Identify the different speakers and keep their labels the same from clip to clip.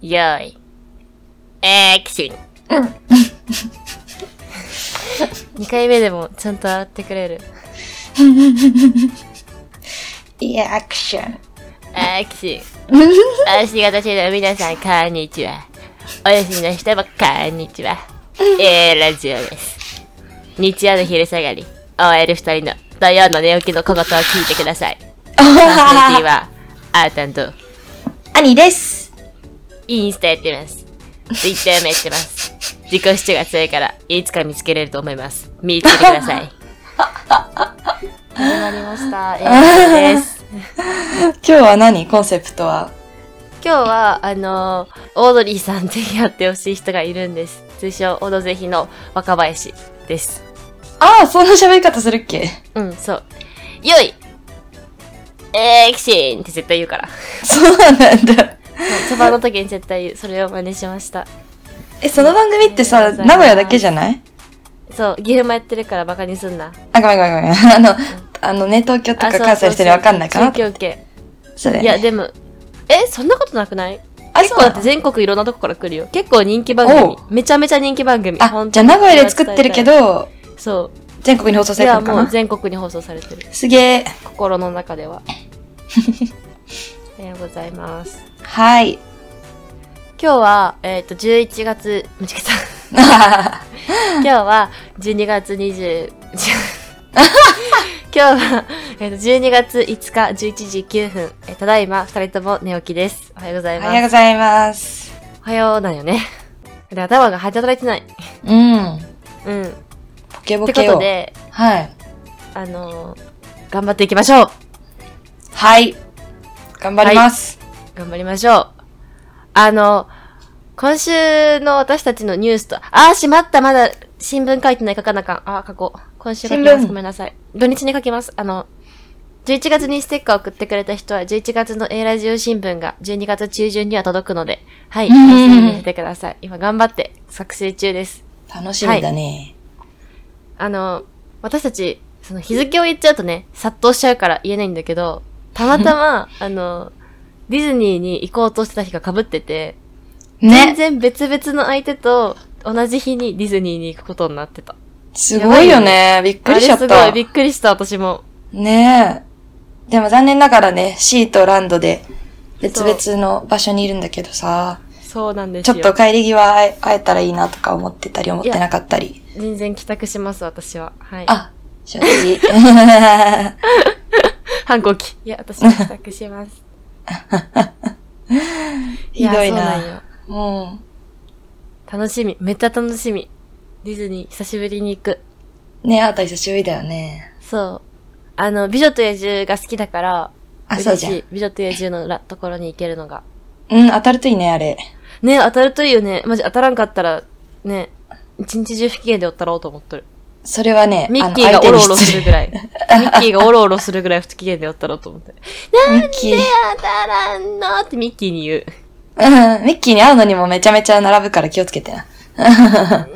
Speaker 1: よーい。アク ション。うん。2回目でもちゃんと洗ってくれる。
Speaker 2: いや、アクション。
Speaker 1: アクション。足が出しの皆さん、こんにちは。お休みの人も、こんにちは。えー、ラジオです。日曜の昼下がり、OL 二人の土曜の寝起きの小言を聞いてくだ さい。パーソナリ ティは、アータンと、
Speaker 2: 兄です。
Speaker 1: インスタやってます。ツイッターもやってます。自己主張が強いから、いつか見つけれると思います。見つけてください。 始まりました。エーです。
Speaker 2: 今日は何コンセプトは
Speaker 1: 今日は、あのーオードリーさんぜひやってほしい人がいるんです。通称、オドぜひの若林です。
Speaker 2: ああ、そんな喋り方するっけ
Speaker 1: うん、そう。よいエクシーンって絶対言うから。
Speaker 2: そうなんだ。
Speaker 1: そばの時に絶対言う。それを真似しました。
Speaker 2: え、その番組って
Speaker 1: あ
Speaker 2: さ、
Speaker 1: りがとうござ
Speaker 2: 名
Speaker 1: います
Speaker 2: 古屋だけじゃない
Speaker 1: そう、岐阜もやってるからバカにすんな。
Speaker 2: あ、ごめんごめんご めん。あの、あのね、東京と
Speaker 1: あ、
Speaker 2: か
Speaker 1: そう
Speaker 2: 関西の人にわかんないかな
Speaker 1: そうそうそう OKOK
Speaker 2: それ。
Speaker 1: いや、でも、え、そんなことなくない
Speaker 2: あ、
Speaker 1: 結
Speaker 2: そ
Speaker 1: 構
Speaker 2: う
Speaker 1: だ
Speaker 2: な
Speaker 1: って
Speaker 2: の
Speaker 1: 全国いろんなとこから来るよ。結構人気番組
Speaker 2: お。
Speaker 1: めちゃめちゃ人気番組。
Speaker 2: あ、
Speaker 1: 本
Speaker 2: じ
Speaker 1: 当
Speaker 2: ゃあ
Speaker 1: に
Speaker 2: 名古屋で作ってるけ。ど、
Speaker 1: そ
Speaker 2: 全国に放送
Speaker 1: う。
Speaker 2: さ
Speaker 1: い
Speaker 2: れて
Speaker 1: や、
Speaker 2: るのか
Speaker 1: もう
Speaker 2: な
Speaker 1: 全国に放送されてる。
Speaker 2: すげえ。
Speaker 1: 心の中で は。ありがとうございます。
Speaker 2: はい。
Speaker 1: 今日は、えっ、と、11月、間違え た。今日は12月20 今日は、えっと12月5日11時9分、えーただいま2人とも寝起きです。おはようござ
Speaker 2: お
Speaker 1: いま
Speaker 2: はよう
Speaker 1: す。
Speaker 2: ございます。
Speaker 1: おはようなんよね。 で頭が働いてない。
Speaker 2: う
Speaker 1: う
Speaker 2: ん。
Speaker 1: ん。っ
Speaker 2: ポケポ
Speaker 1: てこ
Speaker 2: ケ
Speaker 1: と
Speaker 2: を。
Speaker 1: で、
Speaker 2: はい。
Speaker 1: あのー頑張っていきましょう
Speaker 2: はい。頑張ります。
Speaker 1: 頑張りましょうあの、今週の私たちのニュースと、あーしまったまだ新聞書いてない書かなあかん。あー書こう。今週書きま
Speaker 2: 新
Speaker 1: す。
Speaker 2: 聞
Speaker 1: ごめんなさい。土日に書きます。あの、11月にステッカーを送ってくれた人は、11月の A ラジオ新聞が12月中旬には届くので、はい、
Speaker 2: うんうんうん
Speaker 1: 楽しみにしてください。今頑張って作成中です。
Speaker 2: 楽しみだね。
Speaker 1: あの、私たち、その日付を言っちゃうとね、殺到しちゃうから言えないんだけど、たまた ま、あの、ディズニーに行こうとしてた日が被ってて、全
Speaker 2: ね。
Speaker 1: 然別々の相手と同じ日にディズニーに行くことになってた。
Speaker 2: すごいよね。びっくりしちゃっ
Speaker 1: あれすご
Speaker 2: た
Speaker 1: い、び。っくりした、私も。
Speaker 2: ねえ。でも残念ながらね、シーとランドで別々の場所にいるんだけどさ、
Speaker 1: そうなんです
Speaker 2: ちょ
Speaker 1: よ。
Speaker 2: っと帰り際会え会えたらいいなとか思ってたり思ってなかったり。
Speaker 1: 全然帰宅します、私は。はい。
Speaker 2: あ、正直。
Speaker 1: 反抗期。いや、私は帰宅します。
Speaker 2: ひど
Speaker 1: や
Speaker 2: い
Speaker 1: そう
Speaker 2: な。
Speaker 1: んよ
Speaker 2: うん。
Speaker 1: 楽しみ。めっちゃ楽しみ。ディズニー、久しぶりに行く。
Speaker 2: ねえ、あなた久しぶりだよね。
Speaker 1: そう。あの、美女と野獣が好きだから、
Speaker 2: あ、そう
Speaker 1: 嬉し
Speaker 2: じゃん。
Speaker 1: い。美女と野獣のらところに行けるのが。
Speaker 2: うん、当たるといいね、あれ。
Speaker 1: ね、当たるといいよね。マジ当たらんかったら、ね、一日中不機嫌でおったろうと思っとる。
Speaker 2: それはね、
Speaker 1: ミッキ
Speaker 2: あ
Speaker 1: ー
Speaker 2: の
Speaker 1: がオロオロ
Speaker 2: 相手に
Speaker 1: する
Speaker 2: 失礼
Speaker 1: ぐら い。ミッキーがオロオロするぐらい不機嫌でおったろうと思って。
Speaker 2: ミッキー。
Speaker 1: 当たらんのってミッキーに言う。
Speaker 2: うん、ミッキーに会うのにもめちゃめちゃ並ぶから気をつけてな。
Speaker 1: にゃ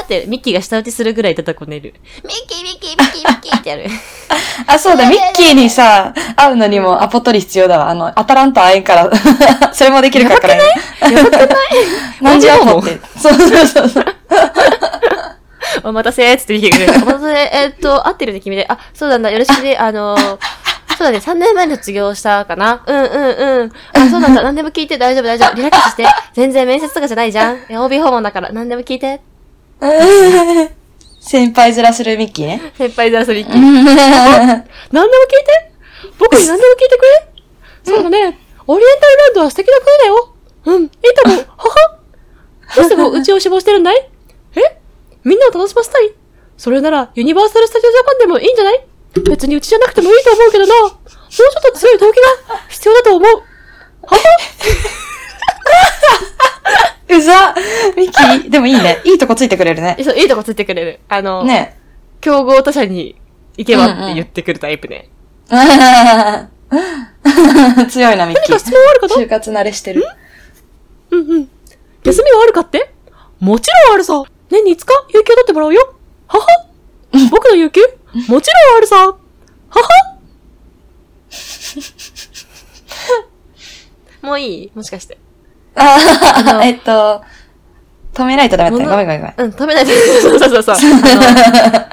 Speaker 1: ーって、ミッキーが下打ちするぐらい叩こねる。ミッキー、ミッキー、ミッキー、ミッキーって やる。
Speaker 2: あ、そうだ、ミッキーにさ、会うのにもアポ取り必要だわ。あの、当たらんと会えんから、 それもできるからからや
Speaker 1: やばくない
Speaker 2: 何時アポって。そうそうそうそう。
Speaker 1: お待たせーっつって言う けど、お待たせえーっと、合ってるね、君で。あ、そうなんだ、よろしくね、あのー、そうだね、3年前に卒業したかなうんうんうん。あ、そうなんだ、何でも聞いて、大丈夫大丈夫。リラックスして。全然面接とかじゃないじゃん。え OB 訪問だから、何でも聞いて。
Speaker 2: 先輩面するミッキーね。
Speaker 1: 先輩だ、それ聞いて。何でも聞いて僕に何でも聞いてくれそうだね。オリエンタルランドは素敵な国だようん、いいと思う。ははどうしてもうちを志望してるんだいえみんなを楽しませたいそれならユニバーサル・スタジオ・ジャパンでもいいんじゃない別にうちじゃなくてもいいと思うけどな。もうちょっと強い動機が必要だと思う。
Speaker 2: うざミッキー、でもいいね。いいとこついてくれるね。
Speaker 1: そう、いいとこついてくれる。あの、
Speaker 2: ね。
Speaker 1: 競合他社に行け
Speaker 2: ばって言
Speaker 1: ってくるタイプね。
Speaker 2: 強いな、ミッキー。
Speaker 1: 問あるか
Speaker 2: 就活慣れしてる。
Speaker 1: うんうん。休みはあるかってもちろんあるさ。年に5日、有給取ってもらうよ。はは僕の有給もちろんあるさ。は はもういいもしかして。
Speaker 2: あ
Speaker 1: の
Speaker 2: えっと、止めないとダメだったね。
Speaker 1: もの
Speaker 2: ごめんごめんごめ
Speaker 1: う
Speaker 2: ん。
Speaker 1: ん、止めないで。そうそう そうそう。あの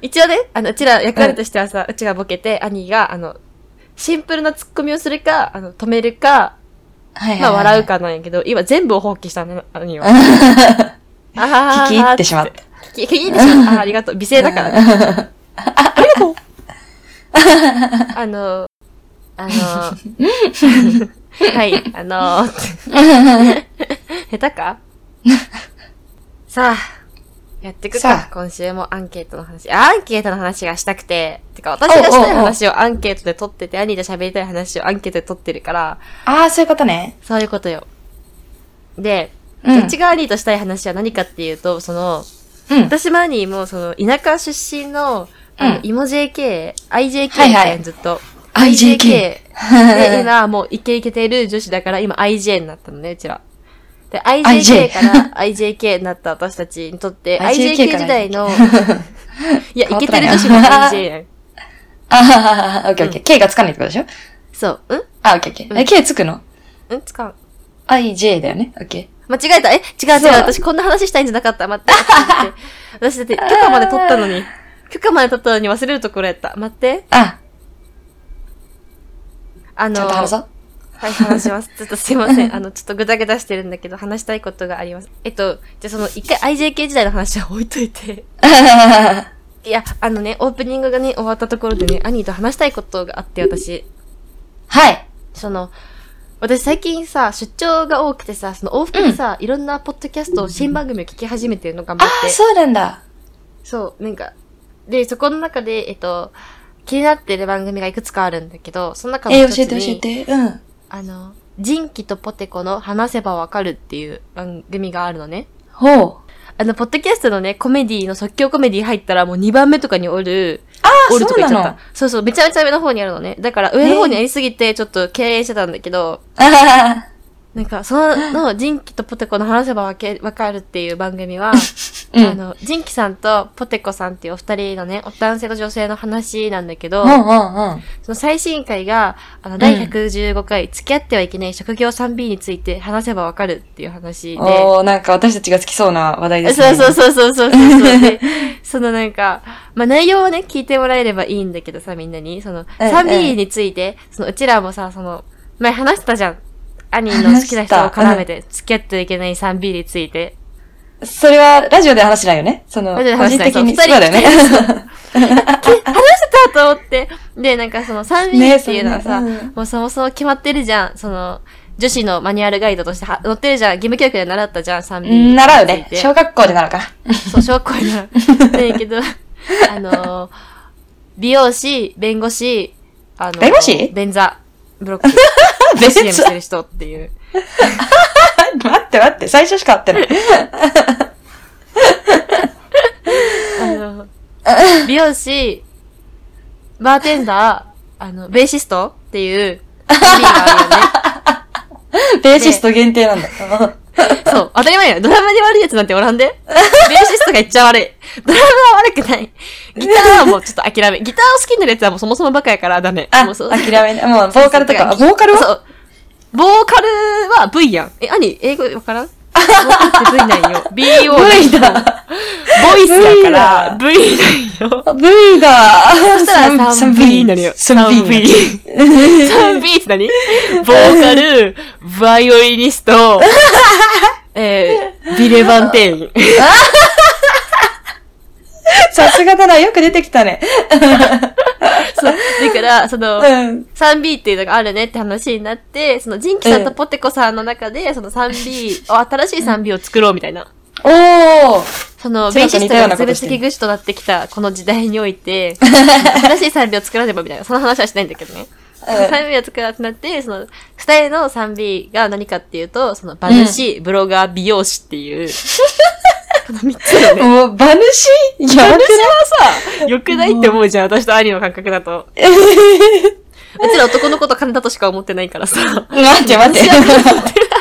Speaker 1: 一応ね、あの、うちら役割としてはさ、うちがボケて、兄が、あの、シンプルなツッコミをするか、あの、止めるか、
Speaker 2: はいはい、はい。
Speaker 1: まあ笑う。かなんやけど、今全部を放棄したの、兄 は。あー
Speaker 2: 聞き入ってしまっ。
Speaker 1: 聞き聞き入ってしまった。あーありがとう。美声だからね。ありがとう。あの、 あの、はい、あの、
Speaker 2: た。
Speaker 1: 下手かさあ、やってく
Speaker 2: さ
Speaker 1: か。今週もアンケートの話。アンケートの話がしたくて。てか、私がしたい話をアンケートで取ってて、兄と喋りたい話をアンケートで取ってるから、
Speaker 2: ああ、そういうことね。
Speaker 1: そういうことよ。で、
Speaker 2: う
Speaker 1: ど
Speaker 2: ん
Speaker 1: っちが兄としたい話は何かっていうと、その、
Speaker 2: うん。
Speaker 1: 私も兄も、その、田舎出身の、あの
Speaker 2: うん
Speaker 1: イモ JK、IJK
Speaker 2: はいはい
Speaker 1: ってずっと。
Speaker 2: IJK
Speaker 1: で、今、もうイケイケてる女子だから、今 IJ になったのね、うちら。で、IJK から IJK になった私たちにと って、IJK
Speaker 2: IJK から
Speaker 1: 時代の、 いや、
Speaker 2: 変
Speaker 1: イ
Speaker 2: わ
Speaker 1: ケ
Speaker 2: った
Speaker 1: て
Speaker 2: ね
Speaker 1: る女子の IJ やん。
Speaker 2: ああ、オッケーオッケー。K がつかないってことでしょ
Speaker 1: そう。う
Speaker 2: あ、オッケーオッケー。
Speaker 1: う
Speaker 2: え、
Speaker 1: ん
Speaker 2: K つくの
Speaker 1: んんつかん。
Speaker 2: ?IJ だよね。オッケ
Speaker 1: 間違えた。え違う
Speaker 2: そう
Speaker 1: 違う。私こんな話したいんじゃなかった。待って。待って私だって許可まで取ったの に。許可まで取ったのに忘れるところやった。待って
Speaker 2: ー。。あ、
Speaker 1: あの
Speaker 2: ちゃんと 話そう。
Speaker 1: はい、話します。ち ょっとすいません。あの、ちょっとぐだぐだしてるんだけど、話したいことがあります。えっと、じゃあその、一回 IJK 時代の話は置いといて。 いや、あのね、オープニングがね、終わったところでね、兄と話したいことがあって、私。
Speaker 2: はい。
Speaker 1: その、私最近さ、出張が多くてさ、その往復でさ、いろんなポッドキャストを、新番組を聞き始めてるの頑
Speaker 2: あ
Speaker 1: 張って。
Speaker 2: あ、そうなんだ。
Speaker 1: そう、なんか、で、そこの中で、えっと、気になってる番組がいくつかあるんだけど、その中の
Speaker 2: え
Speaker 1: 一
Speaker 2: ー、
Speaker 1: つ
Speaker 2: 教
Speaker 1: に、
Speaker 2: えて教えて。うん。
Speaker 1: あの、人気とポテコの話せばわかるっていう番組があるのね。
Speaker 2: ほう。
Speaker 1: あの、ポッドキャストのね、コメディの即興コメディ入ったらもう2番目とかにおる、
Speaker 2: ああ、
Speaker 1: おると
Speaker 2: そ
Speaker 1: か
Speaker 2: う
Speaker 1: 言っ
Speaker 2: な
Speaker 1: ちゃった。
Speaker 2: の
Speaker 1: そう。そうめちゃめちゃ上の方にあるのね。だから上の方にありすぎてちょっと敬遠してたんだけど、
Speaker 2: あ
Speaker 1: なんか、その、人気とポテコの話せばわけわかるっていう番組は、
Speaker 2: ー うん。
Speaker 1: あの、人気さんとポテコさんっていうお二人のね、お男性と女性の話なんだけど、
Speaker 2: うんうんうん。
Speaker 1: その最新回が、あの、
Speaker 2: ん
Speaker 1: 第115回、付き合ってはいけない職業 3B について話せばわかるっていう話で。
Speaker 2: おー、なんか私たちが好きそうな話題です
Speaker 1: そう
Speaker 2: ね。
Speaker 1: そう
Speaker 2: う。
Speaker 1: そうそうそうそうそう。 で、そのなんか、まあ、内容をね、聞いてもらえればいいんだけどさ、みんなに。その、
Speaker 2: うん
Speaker 1: 3B について、その、うちらもさ、その、前話したじゃん。兄の好きな人を絡めて、付き合ってはいけない 3B について。
Speaker 2: それは、ラジオで話しないよねその、個
Speaker 1: ラジオで話し
Speaker 2: 人
Speaker 1: ない
Speaker 2: 的に。
Speaker 1: そ
Speaker 2: そう
Speaker 1: 二
Speaker 2: う
Speaker 1: 人
Speaker 2: だよ ね。
Speaker 1: だと思って。で、なんかその 3B っていうのはさ、
Speaker 2: ねそんなうん
Speaker 1: もうそもそも決まってるじゃん。その、女子のマニュアルガイドとしては載ってるじゃん。義務教育で習ったじゃん、3B について。
Speaker 2: 習うね。小学校で 習うかな。
Speaker 1: そう、小学校には。 ねえけど、あのー、美容師、弁護士、あのー、
Speaker 2: 弁護士
Speaker 1: 便座、ブ ロック、
Speaker 2: 別
Speaker 1: CM し
Speaker 2: に。
Speaker 1: てる人っていう。
Speaker 2: 待って待って、最初しか合ってない。
Speaker 1: あのー、美容師、バーテンダー、あの、ベーシストっていう、意味があ
Speaker 2: ベーシスト限定なんだ。
Speaker 1: るよね。そう、当たり前や。ドラマで悪いやつなんておらんで。ベーシストがいっちゃ悪い。ドラマは悪くない。ギターはもうちょっと諦め。ギターを好きになるやつはもうそもそもバカやからダメ。
Speaker 2: あ、
Speaker 1: もうそう
Speaker 2: 諦めね。もう、ボーカルとか、あボーカル
Speaker 1: そ
Speaker 2: は
Speaker 1: う。ボーカルは V やん。え、兄、英語わからんボーカルって V なんよ。BO なんよ
Speaker 2: V だ。
Speaker 1: ボイスだから、
Speaker 2: V
Speaker 1: V なんよ。
Speaker 2: V だ。そ
Speaker 1: したら 3B になるよ。
Speaker 2: 3B。
Speaker 1: 3B って何ボーカル、バイオリニス ト、えー、ビレバンテイン。
Speaker 2: さすがだな。よく出てきたね。
Speaker 1: そうだから、その、
Speaker 2: うん。
Speaker 1: 3B っていうのがあるねって話になって、その、ジンキさんとポテコさんの中で、その 3B を、新しい 3B を作ろうみたいな。
Speaker 2: おー。
Speaker 1: その、ベ
Speaker 2: ちょ
Speaker 1: ー
Speaker 2: っと
Speaker 1: シス
Speaker 2: 似
Speaker 1: ト
Speaker 2: たよ
Speaker 1: が
Speaker 2: う
Speaker 1: 絶
Speaker 2: なこと
Speaker 1: 滅
Speaker 2: してる
Speaker 1: 的愚痴となってきたこの時代におい て、新しい賛美を作らねばみたいな、その話はしないんだけどね。
Speaker 2: うん
Speaker 1: 賛美を作らなくなって、その、二人の賛美が何かっていうと、その、馬主、ブロガー、美容師っていう、この三つよね。
Speaker 2: もう、馬主やばく
Speaker 1: 良くないって思うじゃん、私と兄の感覚だと。
Speaker 2: ないう
Speaker 1: ちら男のこと金だとしか思ってないからさ。
Speaker 2: 待って待って。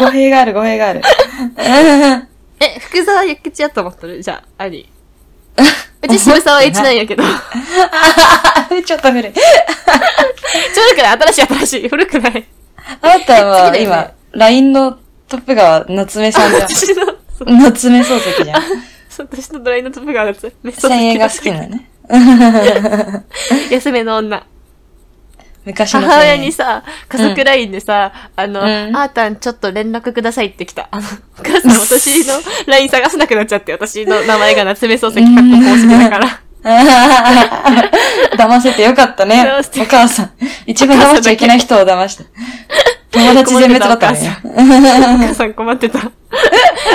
Speaker 2: 語弊がある語弊が ある。
Speaker 1: え、福沢ゆきちやと思ってるじゃあ、 兄。うち渋沢栄一なんやけど。ち
Speaker 2: ちょっと古い。
Speaker 1: ょうどくらい新しい新しい。古くない。
Speaker 2: あなた
Speaker 1: 好き
Speaker 2: は
Speaker 1: だよ
Speaker 2: 今
Speaker 1: ね、
Speaker 2: LINE のトップが夏目さんじゃ。
Speaker 1: 私の、 そうん
Speaker 2: 夏目漱石じゃん。
Speaker 1: そう私のドライのトップがめっちゃ
Speaker 2: 先鋭が好きなのね。
Speaker 1: 安めの女。
Speaker 2: 昔の
Speaker 1: 母親
Speaker 2: 千
Speaker 1: に
Speaker 2: 円。
Speaker 1: さ、家族 LINE でさ、あの、
Speaker 2: うん
Speaker 1: あーたんちょっと連絡くださいって来た。あの、お母さん私の LINE 探せなくなっちゃって、私の名前が夏目漱石格好公式だから。
Speaker 2: 騙せてよかったね。
Speaker 1: 騙せて
Speaker 2: お母さん。一番騙しちゃいけない人を騙した。友達全滅だったのよ。
Speaker 1: お母さん困ってた。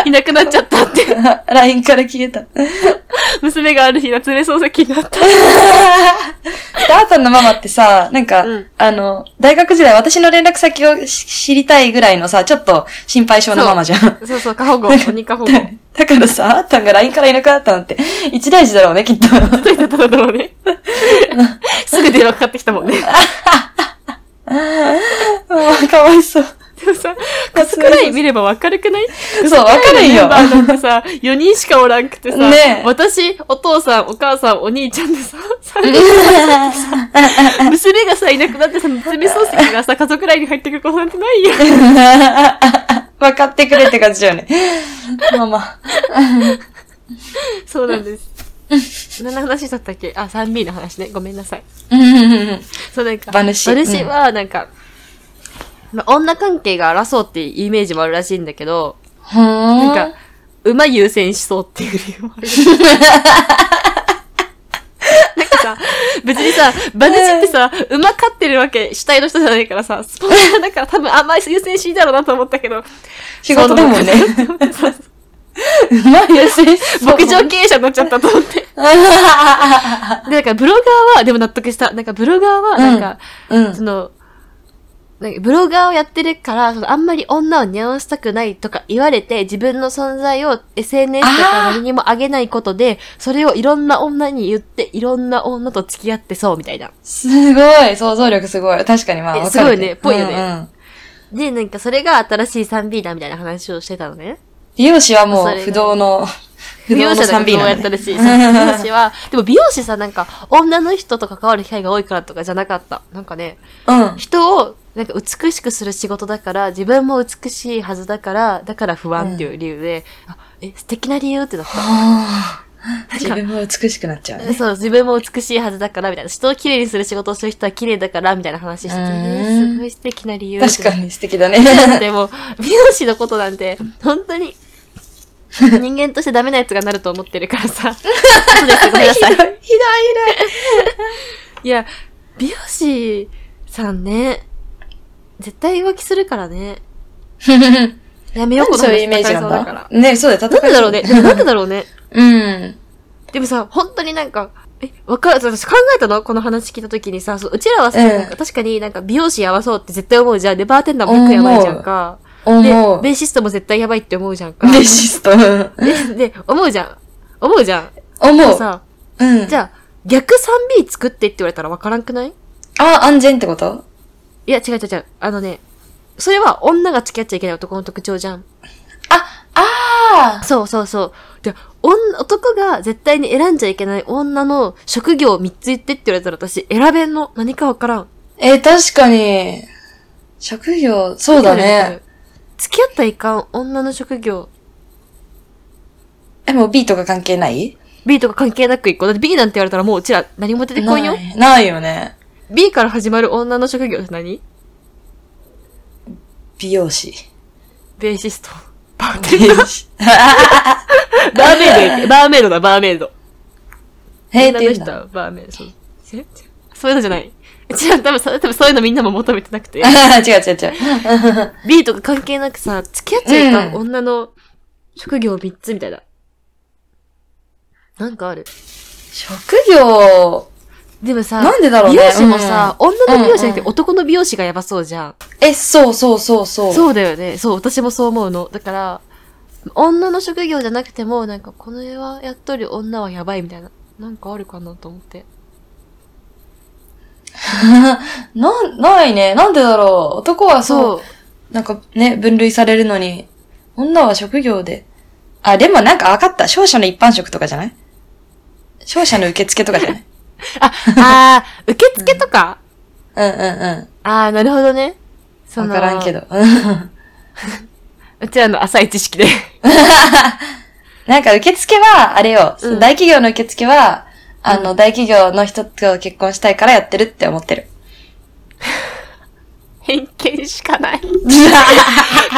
Speaker 1: いなくなっちゃったって。
Speaker 2: LINE から消えた。で、
Speaker 1: 娘がある日夏目漱石になった。
Speaker 2: あーたんのママってさ、なんか、
Speaker 1: うん
Speaker 2: あの、大学時代私の連絡先をし知りたいぐらいのさ、ちょっと心配性のママじゃん。
Speaker 1: そうそう、過 保護、鬼過保護。
Speaker 2: だだからさ、あーたんが LINE からいなくなったのって、一大事だろうね、きっと。
Speaker 1: どういったとこだろうね。すぐ電話かかってきたもんね。
Speaker 2: うんかわいそう。
Speaker 1: でもさ、家族ライン見ればわかるくない
Speaker 2: 嘘、わかる
Speaker 1: メ
Speaker 2: よ
Speaker 1: ン。バーなんかさ、4人しかおらんくてさ、
Speaker 2: ねえ
Speaker 1: 私、お父さん、お母さん、お兄ちゃんで さ、さ娘がさ、いなくなってさ、娘漱石がさ、家族ラインに入ってくることなんてない よ。
Speaker 2: 分かってくれって感じだよね。ママ。
Speaker 1: そうなんです。何の話だったっけあ、3B の話ね。ごめんなさい。
Speaker 2: うんうんうんうん
Speaker 1: そうなんか、
Speaker 2: 馬主
Speaker 1: 馬主はなんか、まあ女関係が争うっていうイメージもあるらしいんだけど、
Speaker 2: ふーん。
Speaker 1: なんか、馬優先しそうっていう理由もある。なんかさ、別にさ、馬主ってさ、馬飼ってるわけ、主体の人じゃないからさ、スポンサーだから多分あんまり優先しいだろうなと思ったけど、
Speaker 2: 仕事だもんね。 うまいですね。
Speaker 1: 牧 場経営者になっちゃったと思って。で、なんかブロガーは、でも納得した。なんかブロガーは、なんか、
Speaker 2: う ん。
Speaker 1: その、なんかブロガーをやってるから、そのあんまり女を似合わせたくないとか言われて、自分の存在を SNS とか
Speaker 2: あー
Speaker 1: 何にも上げないことで、それをいろんな女に言って、いろんな女と付き合ってそうみたいな。
Speaker 2: すごい。想像力すごい。確かにまあ、
Speaker 1: え
Speaker 2: わかる
Speaker 1: す
Speaker 2: けど。
Speaker 1: ごいねぽいよね
Speaker 2: うんうん
Speaker 1: で、なんかそれが新しい 3B だみたいな話をしてたのね。
Speaker 2: 美容師はも
Speaker 1: それ
Speaker 2: う
Speaker 1: が
Speaker 2: 不動の、
Speaker 1: 美
Speaker 2: 不動
Speaker 1: 容
Speaker 2: の
Speaker 1: 師の
Speaker 2: 3B
Speaker 1: をやっ
Speaker 2: な
Speaker 1: た
Speaker 2: ん
Speaker 1: ら
Speaker 2: だ
Speaker 1: しい。そう美 容師は、でも美容師さ、なんか女の人と関わる機会が多いからとかじゃなかった。なんかね、
Speaker 2: うん。
Speaker 1: 人をなんか美しくする仕事だから自分も美しいはずだからだから不安っていう理由で、あえ素敵な理由ってなった
Speaker 2: あー自分も美しくなっちゃうね。
Speaker 1: そう自分も美しいはずだからみたいな人を綺麗にする仕事をする人は綺麗だからみたいな話してて、
Speaker 2: う
Speaker 1: え
Speaker 2: ん
Speaker 1: すごい素敵な理由
Speaker 2: 確かに素敵 だ
Speaker 1: だっ
Speaker 2: ね。
Speaker 1: てもう美容師のことなんて本当に人間としてダメなやつがなると思ってるからさそうですごめん なさい
Speaker 2: ひどいひ
Speaker 1: いや美容師さんね絶対浮気するからね
Speaker 2: どいひどい。
Speaker 1: やめようこの
Speaker 2: そうい
Speaker 1: 話
Speaker 2: うイメージ
Speaker 1: 戦いそうだか
Speaker 2: な
Speaker 1: ら
Speaker 2: んだ。ね、そうだよ、戦い
Speaker 1: なんでだろうね。で もなんでだろうね。
Speaker 2: うん。
Speaker 1: でもさ、本当になんか、え、わかる、私考えたのこの話聞いた時にさ、そううちらはさ、
Speaker 2: うん
Speaker 1: なんか確かになんか美容師やばそうって絶対思うじゃん。で、バーテンダーもよくやばいじゃんか。で、ベ
Speaker 2: 思う。
Speaker 1: ーシストも絶対やばいって思うじゃんか。
Speaker 2: レシスト。うん
Speaker 1: で、で、思うじゃん。思うじゃん。で
Speaker 2: 思
Speaker 1: も
Speaker 2: う。
Speaker 1: さ、
Speaker 2: うん。
Speaker 1: じゃあ、逆 3B 作ってって言われたらわからんくない
Speaker 2: あ、安全ってこと
Speaker 1: いや、違う違う違う。あのね、それは女が付き合っちゃいけない男の特徴じゃん。
Speaker 2: あ、あ
Speaker 1: そうそうそう。で、女、男が絶対に選んじゃいけない女の職業を3つ言ってって言われたら私、選べんの。何かわからん。
Speaker 2: えー、確かに。職業、そうだね。。
Speaker 1: 付き合ったらいかん女の職業。
Speaker 2: え、もう B とか関係ない
Speaker 1: B とか関係なく一個。だって B なんて言われたらもううちら何も出てこんよ
Speaker 2: な。いないよね。
Speaker 1: B から始まる女の職業って何
Speaker 2: 美容師。
Speaker 1: ベーシスト。バー
Speaker 2: 美容師。
Speaker 1: バーメイドやって。バーメイドだ、バーメイド。
Speaker 2: えー、っ
Speaker 1: 女
Speaker 2: て
Speaker 1: の
Speaker 2: 言うん
Speaker 1: 人
Speaker 2: だ。
Speaker 1: はバーメイド。そう違う違うそういうのじゃない。うちら多分そ、多分そういうのみんなも求めてなくて。
Speaker 2: 違う違う違う。
Speaker 1: B とか関係なくさ、付き合っちゃいかん、
Speaker 2: うん
Speaker 1: 女の職業3つみたいな。なんかある。
Speaker 2: 職業、
Speaker 1: でもさ、
Speaker 2: なんでだろうね
Speaker 1: 美容師もさ、女の美容師じゃなくて
Speaker 2: うん
Speaker 1: 男の美容師がやばそうじゃん。
Speaker 2: え、そうそうそうそう。
Speaker 1: そうだよね。そう、私もそう思うの。だから、女の職業じゃなくても、なんか、この絵はやっとる女はやばいみたいな。なんかあるかなと思って。
Speaker 2: な、ないね。なんでだろう。男はそう、
Speaker 1: そう。
Speaker 2: なんかね、分類されるのに、女は職業で。あ、でもなんか分かった。商社の一般職とかじゃない商社の受付とかじ ゃない
Speaker 1: あ、あー、受付とか、
Speaker 2: うんうんうん。
Speaker 1: あー、なるほどね。そ
Speaker 2: わ
Speaker 1: の
Speaker 2: からんけど。
Speaker 1: うちらの浅い知識で。
Speaker 2: なんか受付は、あれよ、
Speaker 1: うん
Speaker 2: 大企業の受付は、あの、大企業の人と結婚したいからやってるって思っ てる。
Speaker 1: 偏見しかない。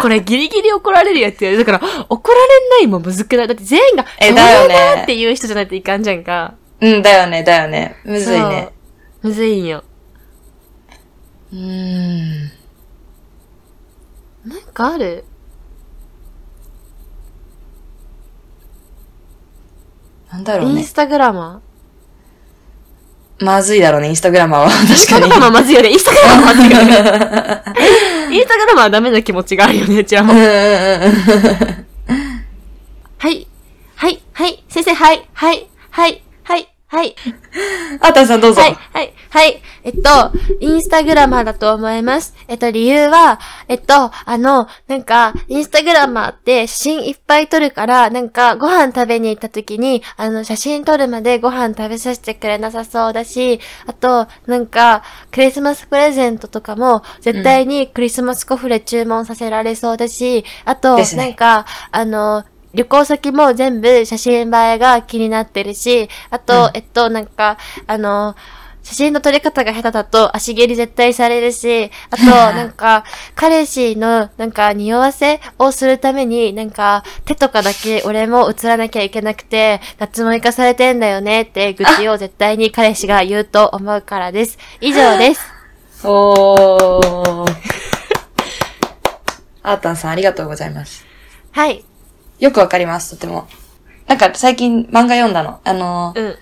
Speaker 1: これギリギリ怒られるやつやる。だから、怒られないもむずくない。だって全員が、
Speaker 2: え
Speaker 1: そう
Speaker 2: だよね
Speaker 1: なっていう人じゃないといかんじゃんか。
Speaker 2: うん、だよね、だよね。むずいね。
Speaker 1: そう。むずいんよ。
Speaker 2: うーん。
Speaker 1: なんかある
Speaker 2: なんだろ
Speaker 1: イ
Speaker 2: う
Speaker 1: ン
Speaker 2: ね。
Speaker 1: スタグラマ
Speaker 2: まずいだろうね、インスタグラマーは。
Speaker 1: ー。インスタ
Speaker 2: 確
Speaker 1: グラ
Speaker 2: か
Speaker 1: マー
Speaker 2: に。
Speaker 1: まずいよね。インスタグラマーまずいよね。インスタグラマーはダメな気持ちがあるよね、うちら
Speaker 2: う
Speaker 1: も。
Speaker 2: んうんうんうん。
Speaker 1: はい。はい。はい。先生、はい。はい。はい。はい。はい。
Speaker 2: あたさんどうぞ。
Speaker 1: はい、はい、はい。えっと、インスタグラマーだと思います。えっと、理由は、えっと、あの、なんか、インスタグラマーって写真いっぱい撮るから、なんか、ご飯食べに行った時に、あの、写真撮るまでご飯食べさせてくれなさそうだし、あと、なんか、クリスマスプレゼントとかも、絶対にクリスマスコフレ注文させられそうだし、あと、
Speaker 2: ですね
Speaker 1: なんか、あの、旅行先も全部写真映えが気になってるし、あと、
Speaker 2: うん
Speaker 1: えっと、なんか、あの、写真の撮り方が下手だと足蹴り絶対されるし、あ と、なんか、彼氏の、なんか、匂わせをするために、なんか、手とかだけ俺も映らなきゃいけなくて、脱毛生かされてんだよねって愚痴を絶対に彼氏が言うと思うからです。以上です。
Speaker 2: おー。あたんさんありがとうございます。
Speaker 1: はい。
Speaker 2: よくわかります、とても。なんか最近漫画読んだの。あのー、
Speaker 1: うん。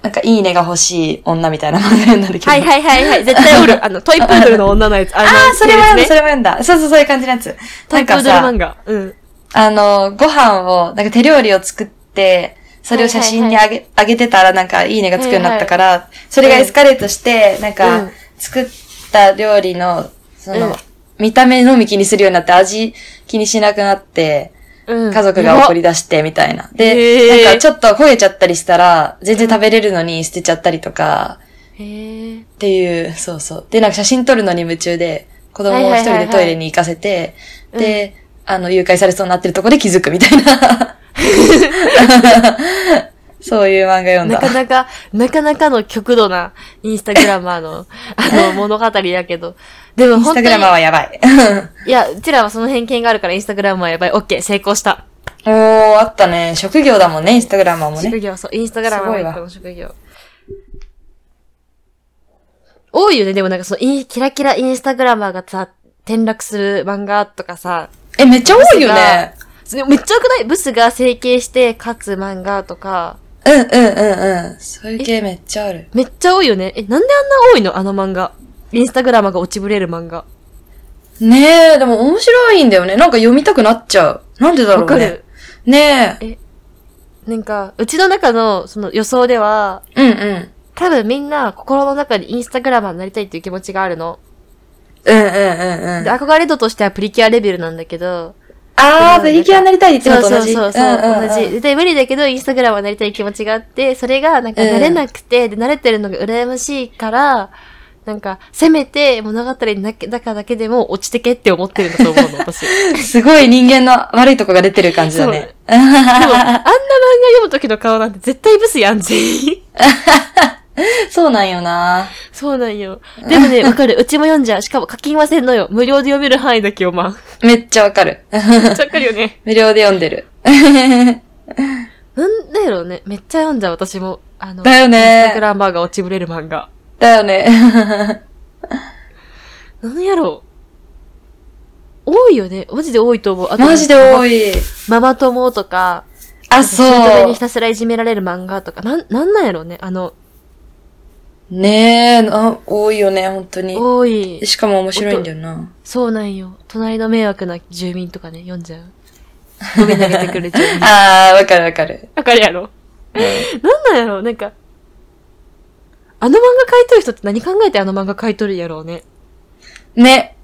Speaker 2: なんかいいねが欲しい女みたいな漫画読んだんだけど。
Speaker 1: はいはいはいはい。絶対おる。あの、トイプードルの女のやつ。あの
Speaker 2: ああ、それも読んだ、
Speaker 1: 系列
Speaker 2: そ
Speaker 1: ね
Speaker 2: れも読んだ。そうそう、そういう感じのやつ。
Speaker 1: ト
Speaker 2: な
Speaker 1: イ
Speaker 2: ん
Speaker 1: プー
Speaker 2: か
Speaker 1: ドル
Speaker 2: さ
Speaker 1: 漫、画。うん。
Speaker 2: あの、ご飯を、なんか手料理を作って、それを写真にあげ、あげてたらなんかいいねがつくようになったから、それがエスカレートして、なん
Speaker 1: う
Speaker 2: か
Speaker 1: ん、
Speaker 2: 作った料理の、その、
Speaker 1: うん
Speaker 2: 見た目のみ気にするようになって、味気にしなくなって、
Speaker 1: うん。
Speaker 2: 家族が怒り
Speaker 1: やば。
Speaker 2: 出してみたいな。
Speaker 1: へ
Speaker 2: で、
Speaker 1: ー
Speaker 2: なんかちょっと焦げちゃったりしたら、全然食べれるのに捨てちゃったりとか、
Speaker 1: へー
Speaker 2: っていう、そうそう。で、なんか写真撮るのに夢中で、子供を一人でトイレに行かせて、
Speaker 1: はいはいはい
Speaker 2: で、あの、誘拐されそうになってるとこで気づくみたい な。そういう漫画読ん
Speaker 1: な
Speaker 2: だ。
Speaker 1: かなか、なかなかの極度なインスタグラマー の、あの、物語やけど。でも
Speaker 2: インス
Speaker 1: 本当
Speaker 2: タ
Speaker 1: に
Speaker 2: グ、ラマーはやばい。
Speaker 1: いや、うちらはその偏見があるからインスタグラマーやばい。オッケー、成功した。
Speaker 2: おー、あったね。職業だもんね、インスタグラマーも
Speaker 1: 職
Speaker 2: ね。
Speaker 1: 業、そう、インスタグラマー
Speaker 2: すご
Speaker 1: はい一
Speaker 2: わ
Speaker 1: 個の職業。多いよね、でもなんかそのイン、キラキラインスタグラマーがさ、転落する漫画とかさ、
Speaker 2: え、めっちゃ多いよね。
Speaker 1: それめっちゃ良くないブスが整形して勝つ漫画とか、
Speaker 2: うんうんうんうん。そういう系めっちゃある。
Speaker 1: めっちゃ多いよね。え、なんであんな多いのあの漫画。インスタグラマーが落ちぶれる漫画。
Speaker 2: ねえ、でも面白いんだよね。なんか読みたくなっちゃう。なんでだろ
Speaker 1: わ
Speaker 2: う
Speaker 1: か
Speaker 2: ね
Speaker 1: る。。
Speaker 2: ねえ。
Speaker 1: なんか、うちの中の、その予想では、
Speaker 2: うんうん。
Speaker 1: 多分みんな心の中にインスタグラマーになりたいっていう気持ちがあるの。
Speaker 2: うんうんうんうん
Speaker 1: で、。憧れ度としてはプリキュアレベルなんだけど、
Speaker 2: あー、プリキュアになりたいって
Speaker 1: そ
Speaker 2: 言っ
Speaker 1: う
Speaker 2: て
Speaker 1: そ
Speaker 2: の
Speaker 1: う
Speaker 2: と同じ。
Speaker 1: そう、そう
Speaker 2: うんうんうん
Speaker 1: 同じ。絶対無理だけど、インスタグラマーになりたい気持ちがあって、それがなんか慣れなくて、で、慣れてるのが羨ましいから、なんか、せめて物語の中だけでも落ちてけって思ってるんだと思うの、 私。
Speaker 2: すごい人間の悪いとこが出てる感じだね。
Speaker 1: でも、あんな漫画読む時の顔なんて絶対ブスやん、全員。
Speaker 2: そうなんよな。
Speaker 1: そうなんよ。でもね、わかる。うちも読んじゃう。しかも課金はせんのよ。無料で読める範囲だけ読まん。
Speaker 2: めっちゃわかる。
Speaker 1: め っちゃわかるよね。
Speaker 2: 無料で読んでる。
Speaker 1: なんだやろうね。めっちゃ読んじゃう、私も。あの、
Speaker 2: だよ
Speaker 1: インスタグ
Speaker 2: ね。
Speaker 1: ラマーが落ちぶれる漫画。
Speaker 2: だよね。
Speaker 1: なんやろう。多いよね。マジで多いと思う。あと
Speaker 2: マジで多。い。
Speaker 1: ママ友とか、
Speaker 2: あ、
Speaker 1: それ
Speaker 2: そ
Speaker 1: にひたすらいじめられる漫画とか、なん、なんなんやろうね。あの、
Speaker 2: う。ねえ、な多いよね、本当に。
Speaker 1: 多い。
Speaker 2: しかも面白いんだよな。
Speaker 1: そうなんよ。隣の迷惑な住民とかね、読んじゃう。ゴミ投げてくる住民。
Speaker 2: あー、わかるわかる。
Speaker 1: わかるやろ
Speaker 2: うん
Speaker 1: なんなんやろうなんか、あの漫画描いとる人って何考えてあの漫画描いとるんやろうね。
Speaker 2: ね。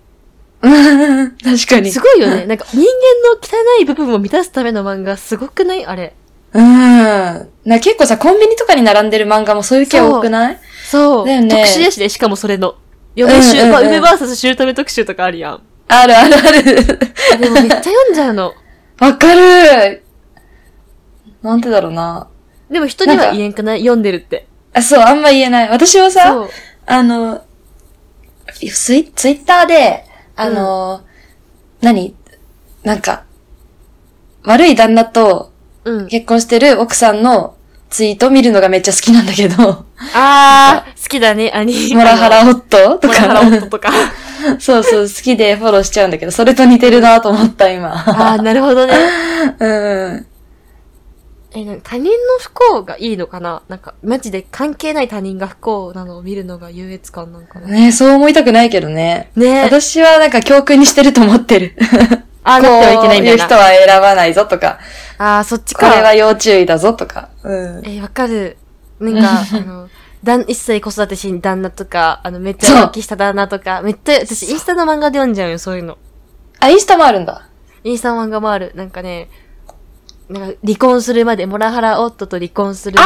Speaker 2: 確かに。
Speaker 1: すごいよね。なんか人間の汚い部分を満たすための漫画すごくないあれ。
Speaker 2: うん。な結構さ、コンビニとかに並んでる漫画もそういう系多くない
Speaker 1: そう。
Speaker 2: だよね
Speaker 1: 特殊やしね、しかもそれの。嫁集、
Speaker 2: うんうんうん
Speaker 1: まあ、梅 VS シュートル特集とかあるやん。
Speaker 2: あるあるある。
Speaker 1: でもめっちゃ読んじゃうの。
Speaker 2: わかるなんてだろうな。
Speaker 1: でも人には言えんくない読んでるって。
Speaker 2: あ、そう、あんま言えない。私はさ、
Speaker 1: そう。
Speaker 2: あの、ツイツイッターで、あの、何なんか、悪い旦那と
Speaker 1: うん。
Speaker 2: 結婚してる奥さんのツイート見るのがめっちゃ好きなんだ けど、
Speaker 1: あー、好きだね、兄。
Speaker 2: モラハラ夫と
Speaker 1: モラハラ夫
Speaker 2: か、
Speaker 1: とか。
Speaker 2: そうそう、好きでフォローしちゃうんだけど、それと似てるなと思った、今。
Speaker 1: あー、なるほどね。
Speaker 2: うん。
Speaker 1: え、なんか他人の不幸がいいのかななんか、マジで関係ない他人が不幸なのを見るのが優越感なんかな。
Speaker 2: ねそう思いたくないけどね。
Speaker 1: ねえ。
Speaker 2: 私はなんか教訓にしてると思ってる。
Speaker 1: あー、
Speaker 2: こ
Speaker 1: なってはいけ
Speaker 2: う
Speaker 1: ないん
Speaker 2: いう
Speaker 1: だ
Speaker 2: 人
Speaker 1: な。
Speaker 2: は選ばないぞとか、
Speaker 1: あー、そっち
Speaker 2: こ
Speaker 1: か。
Speaker 2: れは要注意だぞとか。うん。
Speaker 1: えーわかる。なん か、あの、旦一切子育てしん旦那とか、あの、めっち
Speaker 2: そう
Speaker 1: ゃ浮気した旦那とか、めっちゃ、私、インスタの漫画で読んじゃうよ、そういうの。
Speaker 2: あ、インスタもあるんだ。
Speaker 1: インスタの漫画もある。なんかね、なんか、離婚するまで、モラハラ夫と離婚するま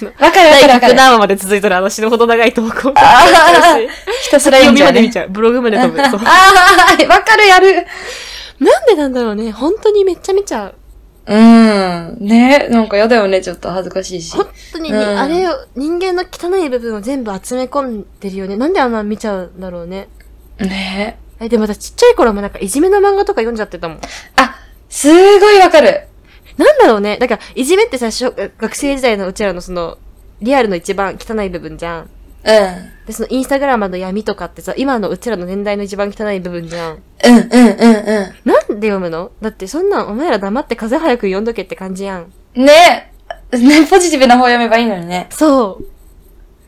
Speaker 1: で、
Speaker 2: わかるわかる
Speaker 1: 第
Speaker 2: わかる。
Speaker 1: 何話まで続いてる、あの、死ぬほど長い投稿。
Speaker 2: あ
Speaker 1: 私
Speaker 2: ーひたすら
Speaker 1: 読
Speaker 2: 読ん
Speaker 1: み
Speaker 2: じゃ
Speaker 1: ま
Speaker 2: う、
Speaker 1: で見
Speaker 2: ね。
Speaker 1: ちゃう。ブログまで
Speaker 2: あ
Speaker 1: 飛ぶ。 そう
Speaker 2: ーわかるやる。
Speaker 1: なんでなんだろうね。本当にめっちゃ見ちゃう。
Speaker 2: うん。ねなんかやだよね、ちょっと恥ずかしいし。
Speaker 1: 本当にね、
Speaker 2: うん
Speaker 1: あれを、人間の汚い部分を全部集め込んでるよね。なんであんな見ちゃうんだろうね。
Speaker 2: ね
Speaker 1: え、でも私ちっちゃい頃もなんかいじめの漫画とか読んじゃってたもん。
Speaker 2: あ、すごいわかる。
Speaker 1: なんだろうね。だから、いじめってさ、小学生時代のうちらのその、リアルの一番汚い部分じゃん。
Speaker 2: うん。う
Speaker 1: で、そのインスタグラマーの闇とかってさ、今のうちらの年代の一番汚い部分じゃん。
Speaker 2: ん、うん、うん、
Speaker 1: なんで読むのだってそんなんお前ら黙って風早く読んどけって感じやん。
Speaker 2: うん。ねねポジティブな方読めばいいのにね。
Speaker 1: そう。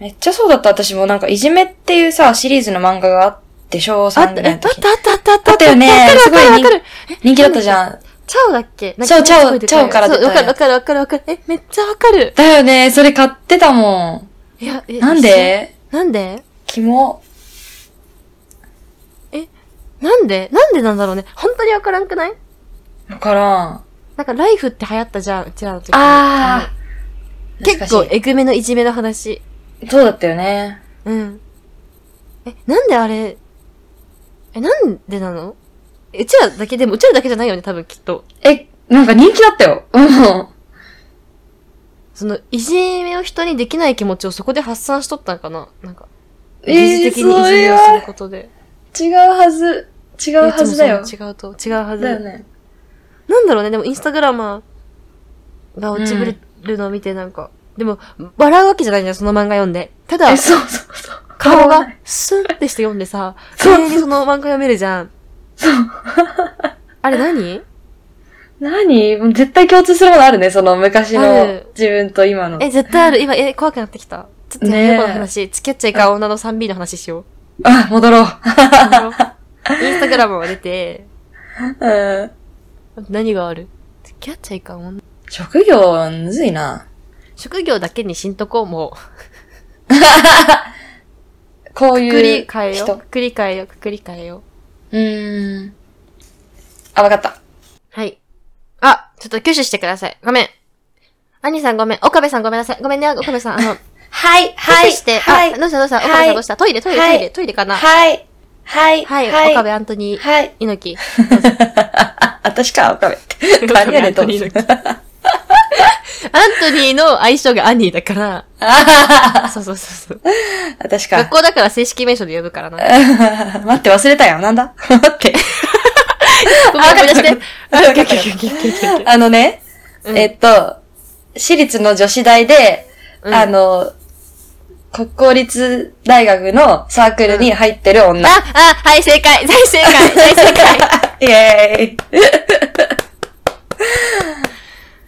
Speaker 2: めっちゃそうだった、私も。なんか、いじめっていうさ、シリーズの漫画があって、小
Speaker 1: あ
Speaker 2: 3
Speaker 1: った、
Speaker 2: ぐ
Speaker 1: え
Speaker 2: らい
Speaker 1: あ
Speaker 2: の
Speaker 1: ったあっ
Speaker 2: 時。
Speaker 1: たあったあった。
Speaker 2: あったよね
Speaker 1: わかるわかるわかる。
Speaker 2: 人気だったじゃん。
Speaker 1: チャオだっけなんか
Speaker 2: チャオチャオ
Speaker 1: すごいでかい
Speaker 2: チャオから出た
Speaker 1: そうわかるわかるわかるわかる。え、めっちゃわかる。
Speaker 2: だよね、それ買ってたもん。
Speaker 1: いや、え
Speaker 2: なんで
Speaker 1: なんで
Speaker 2: キモ。
Speaker 1: なんでなんでなんだろうね。本当にわからんくない
Speaker 2: わからん。
Speaker 1: なんか、ライフって流行ったじゃん、うちらの時。
Speaker 2: あー。
Speaker 1: うん結構
Speaker 2: 懐、かし
Speaker 1: えぐめのいじめの話。
Speaker 2: い、そうだったよね。
Speaker 1: うん。え、なんであれ、え、なんでなのえうちらだけ、でもうちらだけじゃないよね、多分きっと。
Speaker 2: え、なんか人気だったよ。 うん。
Speaker 1: その、いじめを人にできない気持ちをそこで発散しとったんかななんか、
Speaker 2: えー
Speaker 1: 疑似的にいじめをすることで。
Speaker 2: 違うはず。違
Speaker 1: え
Speaker 2: うはずだ
Speaker 1: い。
Speaker 2: よ
Speaker 1: つもそう違うと、違うはず。
Speaker 2: だよね。
Speaker 1: なんだろうね、でもインスタグラマーが落ちぶれるのを見てなんか、でも、笑うわけじゃないじゃん、その漫画読んで。ただ
Speaker 2: え、、そうそうそう。
Speaker 1: 顔がスンってして読んでさ、
Speaker 2: そう
Speaker 1: 綺麗にその漫画読めるじゃん。あれ何
Speaker 2: 何もう絶対共通するものあるね、その昔
Speaker 1: あ
Speaker 2: の
Speaker 1: る
Speaker 2: 自分と今の。
Speaker 1: え、絶対ある。今、え、怖くなってきた。ちょっと
Speaker 2: ねえ
Speaker 1: やめようこの話。付き合っちゃいかん女の 3B の話 しよう。
Speaker 2: あ、戻ろう。
Speaker 1: インスタグラムが出て、
Speaker 2: うん。
Speaker 1: 何がある付き合っちゃいかん女。
Speaker 2: 職業、むずいな。
Speaker 1: 職業だけにしんとこう、も
Speaker 2: こう
Speaker 1: う。
Speaker 2: い
Speaker 1: くくり
Speaker 2: う
Speaker 1: 変えよう。
Speaker 2: 人
Speaker 1: く。くり変えよう、くくり変えよう。
Speaker 2: うーん。あ、わかった。
Speaker 1: はい。あ、ちょっと挙手してください。ごめん。兄さんごめん。岡部さんごめんなさい。ごめんね、岡部さん。あの、
Speaker 2: はい、
Speaker 1: 挙手して、あ、どうしたどうした岡部さんどうしたトイレ、トイレ、
Speaker 2: は
Speaker 1: ト
Speaker 2: い
Speaker 1: イレ、トイレかなは
Speaker 2: はい、はい、
Speaker 1: い、岡部アントニー、
Speaker 2: はい。
Speaker 1: 猪木。
Speaker 2: あ、私か、岡部。何やねん、と。
Speaker 1: アントニーの愛称がアニーだから、
Speaker 2: あ
Speaker 1: そうそうそうそう。
Speaker 2: ー 私
Speaker 1: 学
Speaker 2: か。
Speaker 1: 校だから正式名称で呼ぶからな。
Speaker 2: 待って、忘れたよ。なんだ 待って。
Speaker 1: ごめん、思い出して。あ、
Speaker 2: あわ
Speaker 1: オッケ
Speaker 2: か
Speaker 1: ーオッケー
Speaker 2: った
Speaker 1: オッケーオッケーオッケーオッケ
Speaker 2: あのね、
Speaker 1: うん
Speaker 2: えっと、私立の女子大で、
Speaker 1: うん
Speaker 2: あの、国公立大学のサークルに入ってる
Speaker 1: ー。
Speaker 2: 女。
Speaker 1: あ、あ、はい、正解大正解大正解
Speaker 2: イェーイ。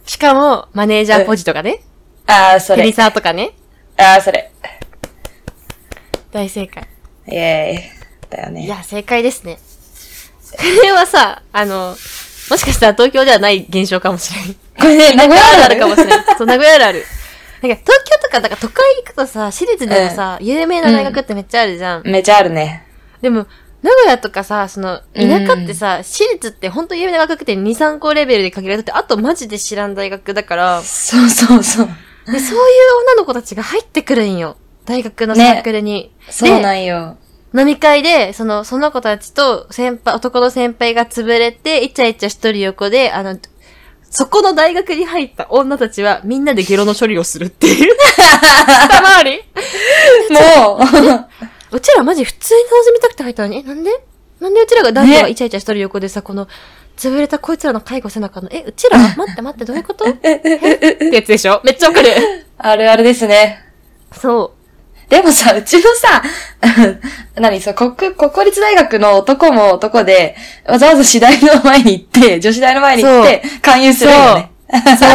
Speaker 1: しかも、マネージャーポジとかね、
Speaker 2: あー、そ
Speaker 1: テニ
Speaker 2: れ。
Speaker 1: サーとかね、
Speaker 2: あー、それ。
Speaker 1: 大正解。
Speaker 2: イェーイ。だよ
Speaker 1: い
Speaker 2: ね。
Speaker 1: や、正解ですね。これはさ、あの、もしかしたら東京ではない現象かもしれん。
Speaker 2: これね、名古屋
Speaker 1: ある
Speaker 2: あ
Speaker 1: あ
Speaker 2: る
Speaker 1: るかもし れん。そう、名古屋あるある。なんか東京とか、なんか都会行くとさ、私立でもさ、有名な大学ってめっちゃあるじゃん。
Speaker 2: めちゃあるね。
Speaker 1: でも、名古屋とかさ、その、田舎ってさ、私立って本当有名な大学って2、3校レベルで限られてて、あとマジで知らん大学だから、
Speaker 2: そうそうそう。
Speaker 1: で、そういう女の子たちが入ってくるんよ。大学のサークルに。
Speaker 2: そうなんよ。
Speaker 1: 飲み会で、その、その子たちと、先輩、男の先輩が潰れて、イチャイチャ一人横で、あの、そこの大学に入った女たちは、みんなでゲロの処理をするっていう。たまり。
Speaker 2: も う、
Speaker 1: うちらマジ普通に楽しみたくて入ったのに、え、なんでなんでうちらが男女がイチャイチャ一人横でさ、この、潰れたこいつらの介護せなあかんの、え、うちら待って待って、どういうことえってやつでしょめっちゃわかる。
Speaker 2: あるあるですね。
Speaker 1: そ
Speaker 2: でもさ、うちのさ、 何そう、国、国立大学の男も男で、わざわざ次第の前に行って、女子大の前に行って、勧誘
Speaker 1: う。
Speaker 2: す
Speaker 1: そう。
Speaker 2: るよね。
Speaker 1: そ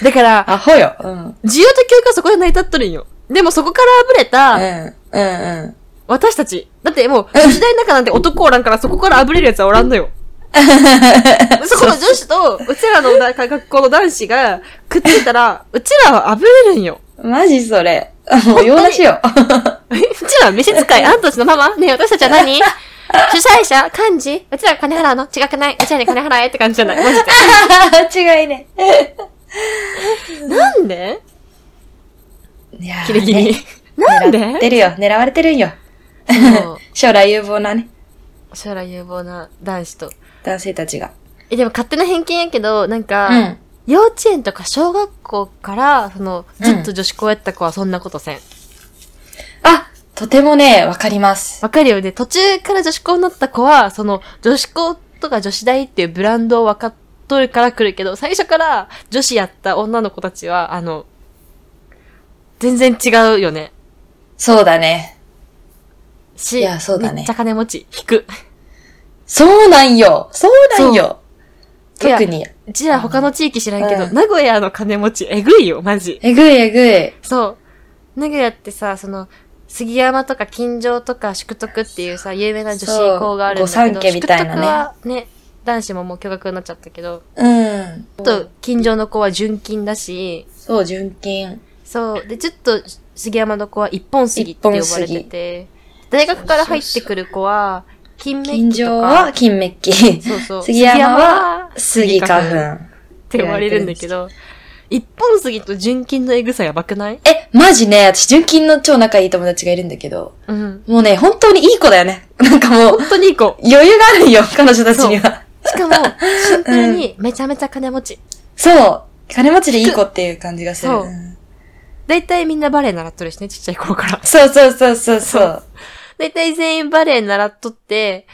Speaker 1: う。だから、
Speaker 2: アホよ。うん。うん。
Speaker 1: 需要と供給はそこで成り立っとるんよ。でもそこからあぶれた、
Speaker 2: うんうん。
Speaker 1: 私たち。だってもう、女子大の中なんて男おらんから、そこからあぶれるやつはおらん のよ。そこの女子と、うちらのな学校の男子が、くっついたら、うちらはあぶれるんよ。
Speaker 2: マジそれ。もう用なしよ。
Speaker 1: えうちらは召使い、あんたたちのママねえ私たちは何主催者幹事うちら金払うの違くないうちらに金払えって感じじゃないマジ
Speaker 2: 違いね。
Speaker 1: で。なんで
Speaker 2: いやー
Speaker 1: キレキレ
Speaker 2: ね。
Speaker 1: なん
Speaker 2: 狙って
Speaker 1: で
Speaker 2: るよ。狙われてるんよ。
Speaker 1: そう
Speaker 2: 将来有望なね、
Speaker 1: 将来有望な男子と。
Speaker 2: 男性たちが。
Speaker 1: え、でも勝手な偏見やけど、なんか、
Speaker 2: うん。
Speaker 1: 幼稚園とか小学校から、その、
Speaker 2: うん
Speaker 1: ずっと女子校やった子はそんなことせん。
Speaker 2: あ、とてもね、わかります。
Speaker 1: わかるよね。途中から女子校になった子は、その、女子校とか女子大っていうブランドを分かっとるから来るけど、最初から女子やった女の子たちは、あの、全然違うよね。
Speaker 2: そうだね。
Speaker 1: し、
Speaker 2: いやそうだね
Speaker 1: めっちゃ金持ち、引く。
Speaker 2: そうなんよ。そうなんよ。
Speaker 1: そう
Speaker 2: 特に。
Speaker 1: うちら他の地域知らんけど、
Speaker 2: うん
Speaker 1: 名古屋の金持ち、えぐいよ、マジ。
Speaker 2: えぐいえぐい。
Speaker 1: そう。名古屋ってさ、その、杉山とか金城とか淑徳っていうさ、有名な女子校があるんだ
Speaker 2: そう
Speaker 1: け
Speaker 2: 御
Speaker 1: ど、
Speaker 2: 三家みたいなね
Speaker 1: 淑徳はね、男子ももう巨額になっちゃったけど、
Speaker 2: うん。
Speaker 1: ちょっと金城の子は純金だし、
Speaker 2: そう、純金。
Speaker 1: そう。で、ちょっと杉山の子は一本杉って呼ばれてて、大学から入ってくる子は、金メ
Speaker 2: 金
Speaker 1: ッキと
Speaker 2: 城
Speaker 1: か
Speaker 2: は、金メッキ。
Speaker 1: そうそう
Speaker 2: 杉山は
Speaker 1: 杉
Speaker 2: 杉
Speaker 1: 花粉
Speaker 2: 花粉。
Speaker 1: って呼ばれるんだけど、一本杉と純金のエグさやばくない
Speaker 2: え、マジね、私純金の超仲いい友達がいるんだけど、
Speaker 1: うん。
Speaker 2: もうね、本当にいい子だよね。 なんかもう、
Speaker 1: 本当にいい子。
Speaker 2: 余裕があるよ、彼女たちには。
Speaker 1: しか も、シンプルにめちゃめちゃ金持ち。
Speaker 2: そう。金持ちでいい子っていう感じがする。
Speaker 1: そう
Speaker 2: うん
Speaker 1: だいたいみんなバレエ習っとるしね、ちっちゃい頃から。
Speaker 2: そうそうそうそうそう。
Speaker 1: だいたい全員バレエ習っとって、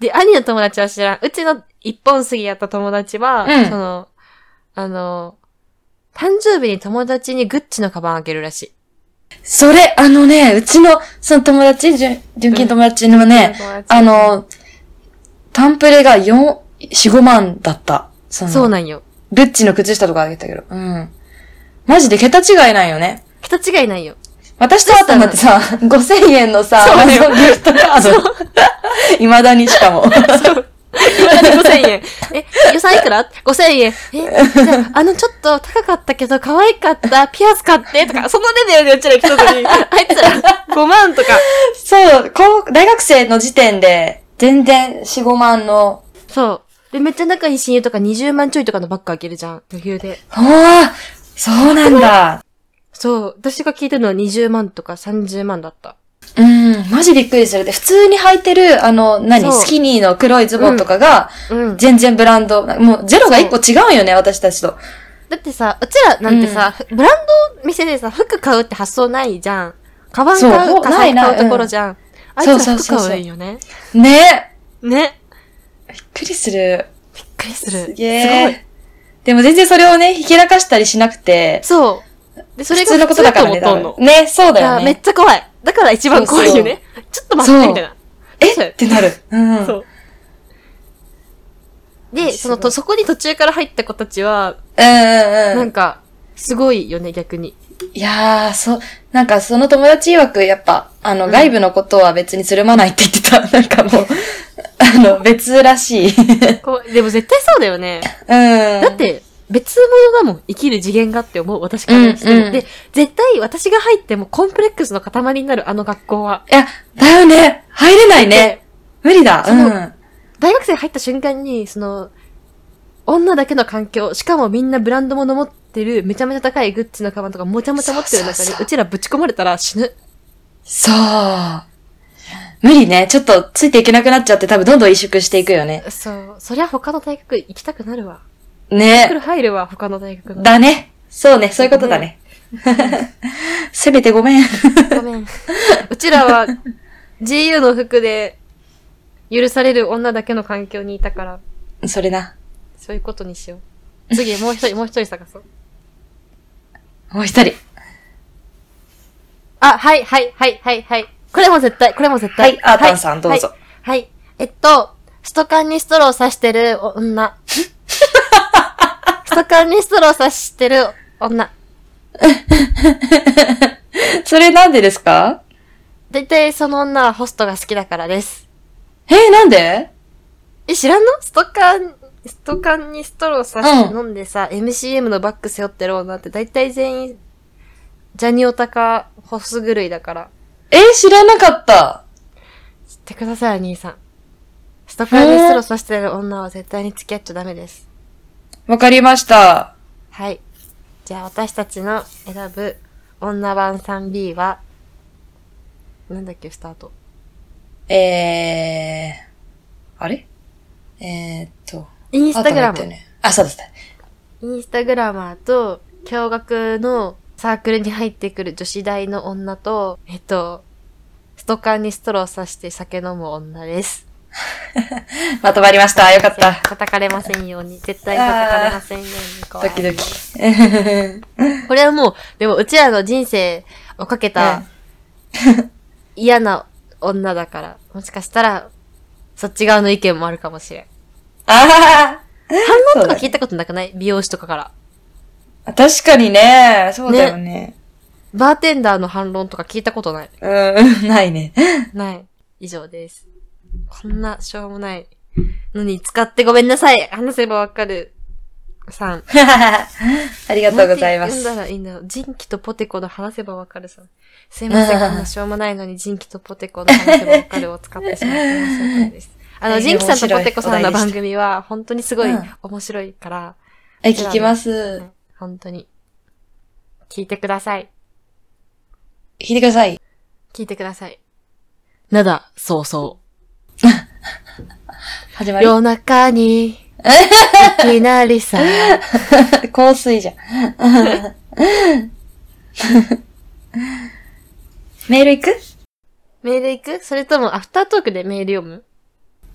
Speaker 1: で、兄の友達は知らん。うちの一本杉やった友達は、
Speaker 2: うん
Speaker 1: その、あの、誕生日に友達にグッチのカバンあげるらしい。
Speaker 2: それ、あのね、うちの、その友達、純純金友達のね、あの、タンプレが4、4、5万だった。その、
Speaker 1: そうなんよ。
Speaker 2: ルッチの靴下とかあげたけど。うん。マジで桁違いなんよね。
Speaker 1: 桁違いないよ。
Speaker 2: 私とあったんだってさ、5000円のさ、
Speaker 1: そうだよ
Speaker 2: Amazon ギフトカード。未だにし かも。
Speaker 1: 5000円。え、予算いくら ?5000 円。え、じゃああのちょっと高かったけど可愛かった、ピアス買って、とか、そのレベルでうちら来たのに、あいつら5万とか。
Speaker 2: そう、こう、大学生の時点で、全然4、5万の、
Speaker 1: そう。で、めっちゃ仲いい親友とか20万ちょいとかのバッグあげるじゃん。余裕で。
Speaker 2: ああ、そうなんだ。
Speaker 1: そう。私が聞いてるのは20万とか30万だった。
Speaker 2: うん、マジびっくりする。で、普通に履いてる、あの、何、
Speaker 1: そう
Speaker 2: スキニーの黒いズボンとかが、
Speaker 1: うん。
Speaker 2: 全然ブランド、もうゼロが一個違うよね、私たちと。
Speaker 1: だってさ、うちらなんてさ、ブランド店でさ、服買うって発想ないじゃん。カバン買、
Speaker 2: そうう
Speaker 1: カサイ
Speaker 2: ない
Speaker 1: 買
Speaker 2: な
Speaker 1: うところじゃん。あいつら
Speaker 2: そうそう
Speaker 1: 服
Speaker 2: そうそう
Speaker 1: 買うんよね。
Speaker 2: ね
Speaker 1: ね。
Speaker 2: え。びっくりする。
Speaker 1: びっくりする。
Speaker 2: すげえ。でも全然それをね、ひけらかしたりしなくて、
Speaker 1: すごい。そう。で、それ
Speaker 2: 普
Speaker 1: が
Speaker 2: 通のことだからね、
Speaker 1: 普通と
Speaker 2: 多
Speaker 1: 思っとんの
Speaker 2: 分。ね、そうだ
Speaker 1: い
Speaker 2: よ
Speaker 1: やめっ
Speaker 2: ね。
Speaker 1: ちゃ怖い。だから一番怖いよね。ちょっと待って、みたいな。
Speaker 2: えってなる。うん。
Speaker 1: そうう。で、そのと、そこに途中から入った子たちは、
Speaker 2: んうんう。
Speaker 1: なんんか、すごいよね、逆に。
Speaker 2: いやー、そう、なんかその友達曰く、やっぱ、あの、
Speaker 1: うん
Speaker 2: 外部のことは別につるまないって言ってた。 なんかもう、あの、別ら しい。
Speaker 1: こうでも絶対そうだよね。
Speaker 2: うん。
Speaker 1: だっ、て、別物だもん。生きる次元がって思う、私からしても。
Speaker 2: うんうん
Speaker 1: で、絶対私が入ってもコンプレックスの塊になる、あの学校は。
Speaker 2: いや、だよね。入れないね。無理だ。
Speaker 1: そうの
Speaker 2: ん。
Speaker 1: 大学生入った瞬間に、その、女だけの環境、しかもみんなブランドもの持ってる、めちゃめちゃ高いグッチのカバンとかもちゃもちゃ持ってる中に、う
Speaker 2: そうそうそう
Speaker 1: ちらぶち込まれたら死ぬ。
Speaker 2: そう。無理ね。ちょっとついていけなくなっちゃって多分どんどん萎縮していくよね。
Speaker 1: そう。そりゃ他の大学行きたくなるわ。来る
Speaker 2: ね
Speaker 1: 入るわ、他の大学の。
Speaker 2: だね。そうね。そういうことだね。 せめてごめん。
Speaker 1: ごめん。 うちらは GU の服で許される女だけの環境にいたから、
Speaker 2: それな。
Speaker 1: そういうことにしよう。次、もう一人、もう一人探そう。
Speaker 2: もう一人。
Speaker 1: あ、はい、はい、はい、はい、はい。これも絶対、これも絶対。
Speaker 2: はいあーたんさんどうぞ
Speaker 1: はい。はいえっと、ストカンにストロー刺してる 女。ストカンにストロー刺してる女。
Speaker 2: それなんでですか
Speaker 1: だいたいその女はホストが好きだからです。
Speaker 2: えー、なんで
Speaker 1: え、知らんのストカン、ストカンにストローさして飲んでさ、MCM のバッグ背負ってる女って大体全員、ジャニオタかホス狂いだから。
Speaker 2: えー、知らなかった。
Speaker 1: 知ってください、お兄さん。ストカンにストローさしてる女は絶対に付き合っちゃダメです。
Speaker 2: わかりました。
Speaker 1: はい。じゃあ私たちの選ぶ女版 3B は、なんだっけ、スタート。
Speaker 2: えー、あれえー、っと。
Speaker 1: イン
Speaker 2: イ
Speaker 1: スタグラム。
Speaker 2: ね。あ、そうだった。
Speaker 1: インスタグラマーと、共学のサークルに入ってくる女子大の女と、えっと、ストカンにストローさして酒飲む女です。
Speaker 2: まとまりました。よかっ
Speaker 1: せ
Speaker 2: た。
Speaker 1: 叩かれませんように。絶対叩かれませんように。怖
Speaker 2: ド
Speaker 1: い
Speaker 2: キドキ。
Speaker 1: これはもう、でもうちらの人生をかけた嫌な女だから、もしかしたら、そっち側の意見もあるかもしれん。
Speaker 2: あ
Speaker 1: 反
Speaker 2: そ
Speaker 1: 応と
Speaker 2: うだ
Speaker 1: か
Speaker 2: ね
Speaker 1: 聞いたことなくない美容師とかから。
Speaker 2: あ確かにね。そうだよね。
Speaker 1: バーテンダーの反論とか聞いたこと ない。
Speaker 2: うん、ないね。
Speaker 1: ない。以上です。こんな、しょうもないのに使ってごめんなさい。話せばわかる。さん。あ
Speaker 2: ありがとうございま
Speaker 1: 読ん
Speaker 2: す。
Speaker 1: だらいいんだろう。人気とポテコの話せばわかるさん。すいま せん。こんなしょうもないのに人気とポテコの話せばわかるを使ってしまって申し訳ないです。あ
Speaker 2: え
Speaker 1: の、
Speaker 2: ー
Speaker 1: ジンキさんとポテコさんの
Speaker 2: 面白いお題でした
Speaker 1: 番組は、本当にすごい
Speaker 2: うん
Speaker 1: 面白いから、
Speaker 2: え、聞きます。
Speaker 1: 本当に。聞いてください。
Speaker 2: 聞いてください。
Speaker 1: 聞いてください。なだ、そうそう。
Speaker 2: 始まり。
Speaker 1: 夜中 に、いきなりさ、
Speaker 2: 香水じ ゃん。メール行く
Speaker 1: メール行くそれともアフタートークでメール読む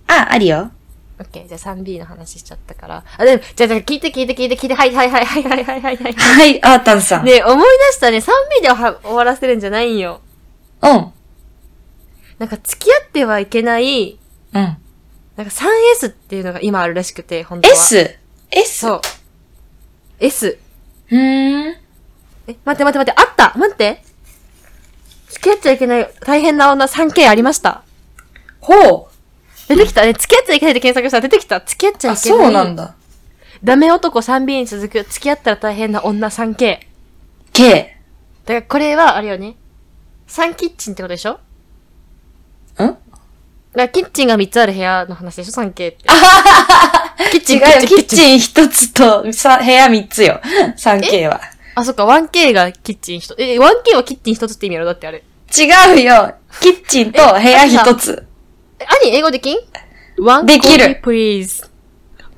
Speaker 2: あ、あるよ。
Speaker 1: オッケー、じゃあ 3B の話しちゃったから。あ、でも、じゃあ、じゃあ聞いて聞いて聞いて聞いて、はいはいはいはいはいはいはい。はい
Speaker 2: はい、あーたんさん。
Speaker 1: ねえ思い出したね、3B では終わらせるんじゃないんよ。
Speaker 2: うん。
Speaker 1: なんか付き合ってはいけない、
Speaker 2: うん。
Speaker 1: なんか 3S っていうのが今あるらしくて、本当は。
Speaker 2: S? S?
Speaker 1: そう。S。
Speaker 2: うーん。
Speaker 1: え、待って待って待って、あった待って付き合っちゃいけない大変な女 3K ありました。
Speaker 2: ほ
Speaker 1: 出てきたね。付き合っちゃいけないで検索したら出てきた。付き合っち
Speaker 2: う。
Speaker 1: ゃ
Speaker 2: あ、
Speaker 1: いけない。
Speaker 2: そうなん。だ。
Speaker 1: ダメ男 3B に続く、付き合ったら大変な女 3K。
Speaker 2: K。
Speaker 1: だからこれは、あれよね。3キッチンってことでしょだか
Speaker 2: ん
Speaker 1: らキッチンが3つある部屋の話でしょ ?3K って。 キッ
Speaker 2: 違
Speaker 1: チン、
Speaker 2: うよ、キッチン一つと、さ、部屋三つよ。3K は。
Speaker 1: あ、そっか、1K がキッチン1つ。え、1K はキッチン1つって意味やろだってあれ。
Speaker 2: 違うよ。キッチンと部屋一つ。
Speaker 1: え、兄、英語できん ?1
Speaker 2: できる
Speaker 1: please.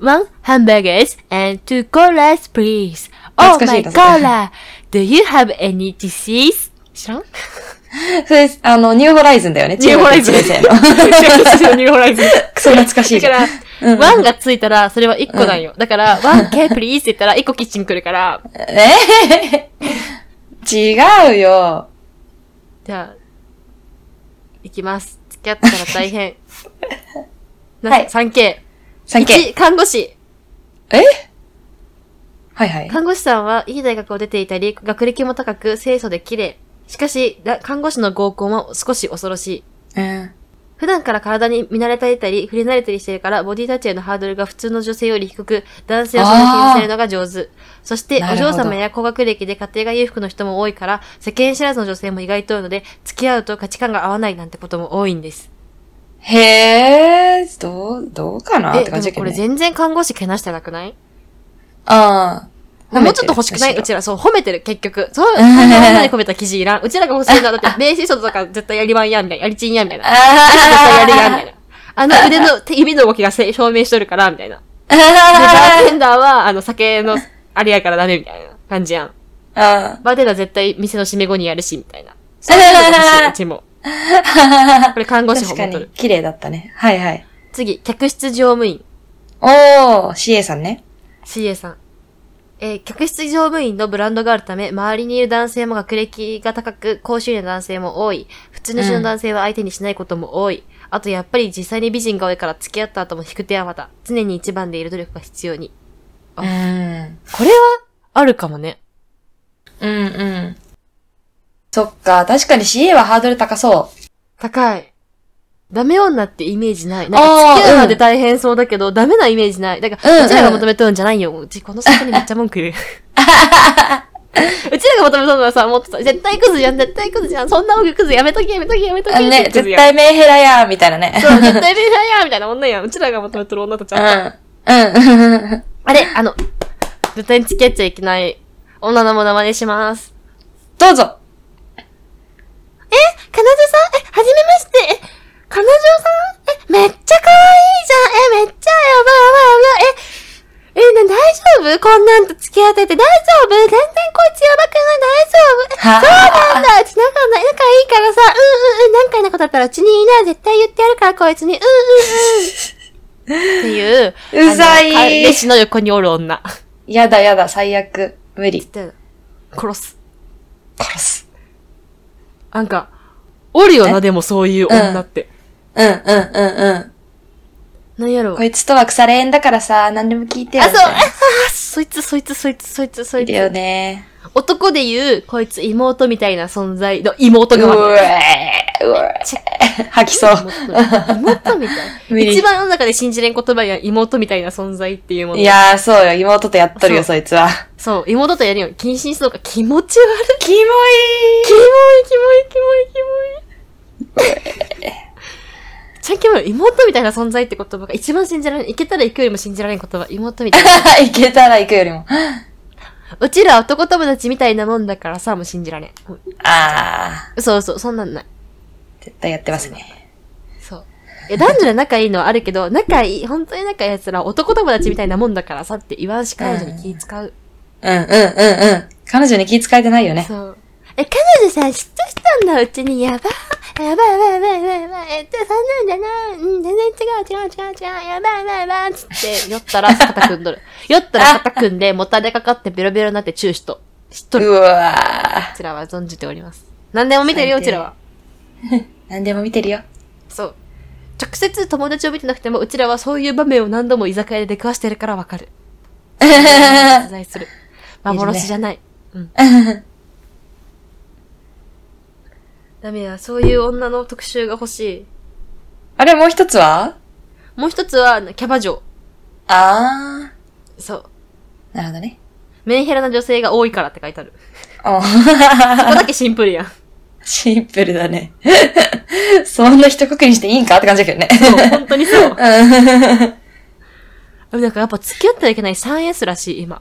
Speaker 1: One hamburgers and two colas, please. Oh
Speaker 2: 懐かし
Speaker 1: my
Speaker 2: い懐かしい
Speaker 1: cola! Do you have any disease? 知 らん
Speaker 2: それ、あの、ニューホライズンだよね。
Speaker 1: ニューホライズン
Speaker 2: 中 学一年生の。
Speaker 1: ニューホライズン。
Speaker 2: クソ懐か
Speaker 1: だ
Speaker 2: しいじ
Speaker 1: か
Speaker 2: ゃん。
Speaker 1: ら、ワンがついたら、それは1個なんよ。だから、ワン K プリーズって言ったら、1個キッチン来るから、
Speaker 2: ええ 違うよ。
Speaker 1: じゃあ、いきます。付き合ったら大 変。な
Speaker 2: はい
Speaker 1: 3K。
Speaker 2: 3K。
Speaker 1: 1、看護師。
Speaker 2: えはいはい。
Speaker 1: 看護師さんは、いい大学を出ていたり、学歴も高く、清楚で綺麗。しかし、ら看護師の合コンは少し恐ろしい。
Speaker 2: うん。
Speaker 1: 普段から体に見慣れていたり、触れ慣れたりしているから、ボディタッチへのハードルが普通の女性より低く、男性をその気にするのが上手。そして、
Speaker 2: な
Speaker 1: お
Speaker 2: るほど
Speaker 1: 嬢様や高学歴で家庭が裕福の人も多いから、世間知らずの女性も意外と多いので、付き合うと価値観が合わないなんてことも多いんです。
Speaker 2: へえ、どう、どうかなっ
Speaker 1: え、
Speaker 2: て
Speaker 1: で
Speaker 2: 感
Speaker 1: も
Speaker 2: じだけ
Speaker 1: こ
Speaker 2: ど
Speaker 1: れ
Speaker 2: ね。
Speaker 1: 全然看護師けなしてなくない
Speaker 2: ああ。褒めてる
Speaker 1: もうちょっと欲しくない
Speaker 2: むしろ
Speaker 1: うちら、そう、褒めてる、結局。 そう、
Speaker 2: うん
Speaker 1: 女に褒めた記事いらん。うちらが欲しいのは、だ って、名刺書とか絶対やりまんや、みたいな。やりちんや、みたいな。絶対やるや、みたいな。あの腕の、手指の動きがせ証明しとるから、み たいな。で、バーテンダーは、あの、酒の、あれやからダメ、みたいな感じや ん。
Speaker 2: あ
Speaker 1: バーテンダー絶対店の締め後にやるし、みたい な。そういうのが欲しい、うちも。
Speaker 2: あ。
Speaker 1: これ看護師本
Speaker 2: 確か
Speaker 1: 持っと
Speaker 2: に
Speaker 1: る。、
Speaker 2: 綺麗だったね。はいはい。
Speaker 1: 次、客室乗務員。
Speaker 2: おー、CA さんね。
Speaker 1: CA さん。えー客室乗務員のブランドがあるため、周りにいる男性も学歴が高く、高収入の男性も多い。普通の人の男性は相手にしないことも多い。あと、やっぱり実際に美人が多いから、付き合った後も引く手はまた、常に一番でいる努力が必要に。
Speaker 2: うん。うん
Speaker 1: これは、あるかもね。
Speaker 2: うん。そっか、確かに CA はハードル高そ
Speaker 1: 高い。ダメ女ってイメージない。
Speaker 2: あ
Speaker 1: な
Speaker 2: ー
Speaker 1: んか付き合うまで大変そうだけど、ダメなイメージない。だから、
Speaker 2: うんうん
Speaker 1: うちらが求めとるんじゃないよ。うち、この先にめっちゃ文句 言う。うちらが求めとるのはさ、もっとさ、絶対クズじゃん、絶対クズじゃん、そんな奥クズやめとけ、やめとけ、やめと
Speaker 2: う。
Speaker 1: け。
Speaker 2: あのね
Speaker 1: っ、てクズ
Speaker 2: 絶
Speaker 1: やん
Speaker 2: 対メンヘラやみたいなね。
Speaker 1: そう、絶対恋愛やみたいな女やん。うちらが求めとる女たち
Speaker 2: う
Speaker 1: は。
Speaker 2: ん。うん。
Speaker 1: あれ、あの、絶対に付き合っちゃいけない女のものまねします。
Speaker 2: どうぞ。
Speaker 1: え、彼女さん、え、はじめまして。え彼女さん、え、めっちゃ可愛いじゃん。え、めっちゃやばいやばいやばい。え、え、な、大丈夫こんなんと付き合ってて大丈夫全然こいつやばくない大丈夫え
Speaker 2: は
Speaker 1: そうなんだうち仲が仲いいからさ、うんうんうん、なんかいなことあったらうちにいいな、絶対言ってやるからこいつに、うんうんうん。って いう、
Speaker 2: うざい
Speaker 1: あの彼氏の横におる女。
Speaker 2: やだやだ、最悪。無理。
Speaker 1: 殺す。
Speaker 2: 殺す。
Speaker 1: なんか、おるよな、でもそういう女って。
Speaker 2: うん、うん、うん、うん。
Speaker 1: なんやろ
Speaker 2: こいつとは腐れ縁だからさ、何でも聞いてよ。
Speaker 1: あ、そう、
Speaker 2: みたいな
Speaker 1: ああそいつ、そいつ、そいつ、そいつ、そい
Speaker 2: いるよ
Speaker 1: つ。
Speaker 2: ね。
Speaker 1: 男で言う、こいつ妹みたいな存在の妹
Speaker 2: う
Speaker 1: 側。
Speaker 2: えーうえ
Speaker 1: ち
Speaker 2: ー吐きそう。
Speaker 1: 妹みた
Speaker 2: 無
Speaker 1: いな。
Speaker 2: 理
Speaker 1: 一番世の中で信じれん言葉や妹みたいな存在っていうもの。
Speaker 2: いやー、そうよ。妹とやっとるよ、
Speaker 1: そ
Speaker 2: そいつは。
Speaker 1: そう、妹とやるよ。謹慎しそうか気持ち悪い。
Speaker 2: キモ
Speaker 1: キモ
Speaker 2: い
Speaker 1: い、キモい、キモい、キモい。ちゃんキモい。妹みたいな存在って言葉が一番信じられん。いけたら行くよりも信じられん言葉。妹みたいな。
Speaker 2: ーいけたら行くよりも。
Speaker 1: うちら男友達みたいなもんだからさ、もう信じられん。うん
Speaker 2: あ
Speaker 1: 嘘嘘、そんなんない。
Speaker 2: ー、絶対やってますね。
Speaker 1: そう。いや、男女で仲いいのはあるけど、仲いい、本当に仲いい奴らは男友達みたいなもんだからさって言わんし彼女に気使う。
Speaker 2: うん、うん、うん、うん。彼女に気遣えてないよね。
Speaker 1: そう。え、彼女さ、嫉妬したんだ、うちに。やば。やばいやばいやばいやばいやばい。えっと、そんなんじゃない。うん、全然違う違う違う違う。やばいやばいやばい。つって、酔ったら肩組んど る。酔ったら肩組んで、もたれかかってベロベロになってチューしと。知っと
Speaker 2: う
Speaker 1: る。
Speaker 2: わ
Speaker 1: うちらは存じております。何でも見てるよ、う
Speaker 2: 最低
Speaker 1: ちらは。
Speaker 2: ー。 何でも見て るよ。
Speaker 1: そう。直接友達を見てなくても、うちらはそういう場面を何度も居酒屋で出くわしてるからわかる。 実在する。幻じゃない。うん。ダメや、そういう女の特集が欲しい。
Speaker 2: あれ、もう一つは
Speaker 1: もう一つは、キャバ嬢。
Speaker 2: あ
Speaker 1: そう。
Speaker 2: ー。なるほどね。
Speaker 1: メンヘラな女性が多いからって書いてある。
Speaker 2: お
Speaker 1: ここだけシンプ ルやん。
Speaker 2: シンプルだね。 そんな一括りにしていいんかって感じだけどね。
Speaker 1: そう、本当にそう。なんかやっぱ付き合ってはいけない 3S らしい、今。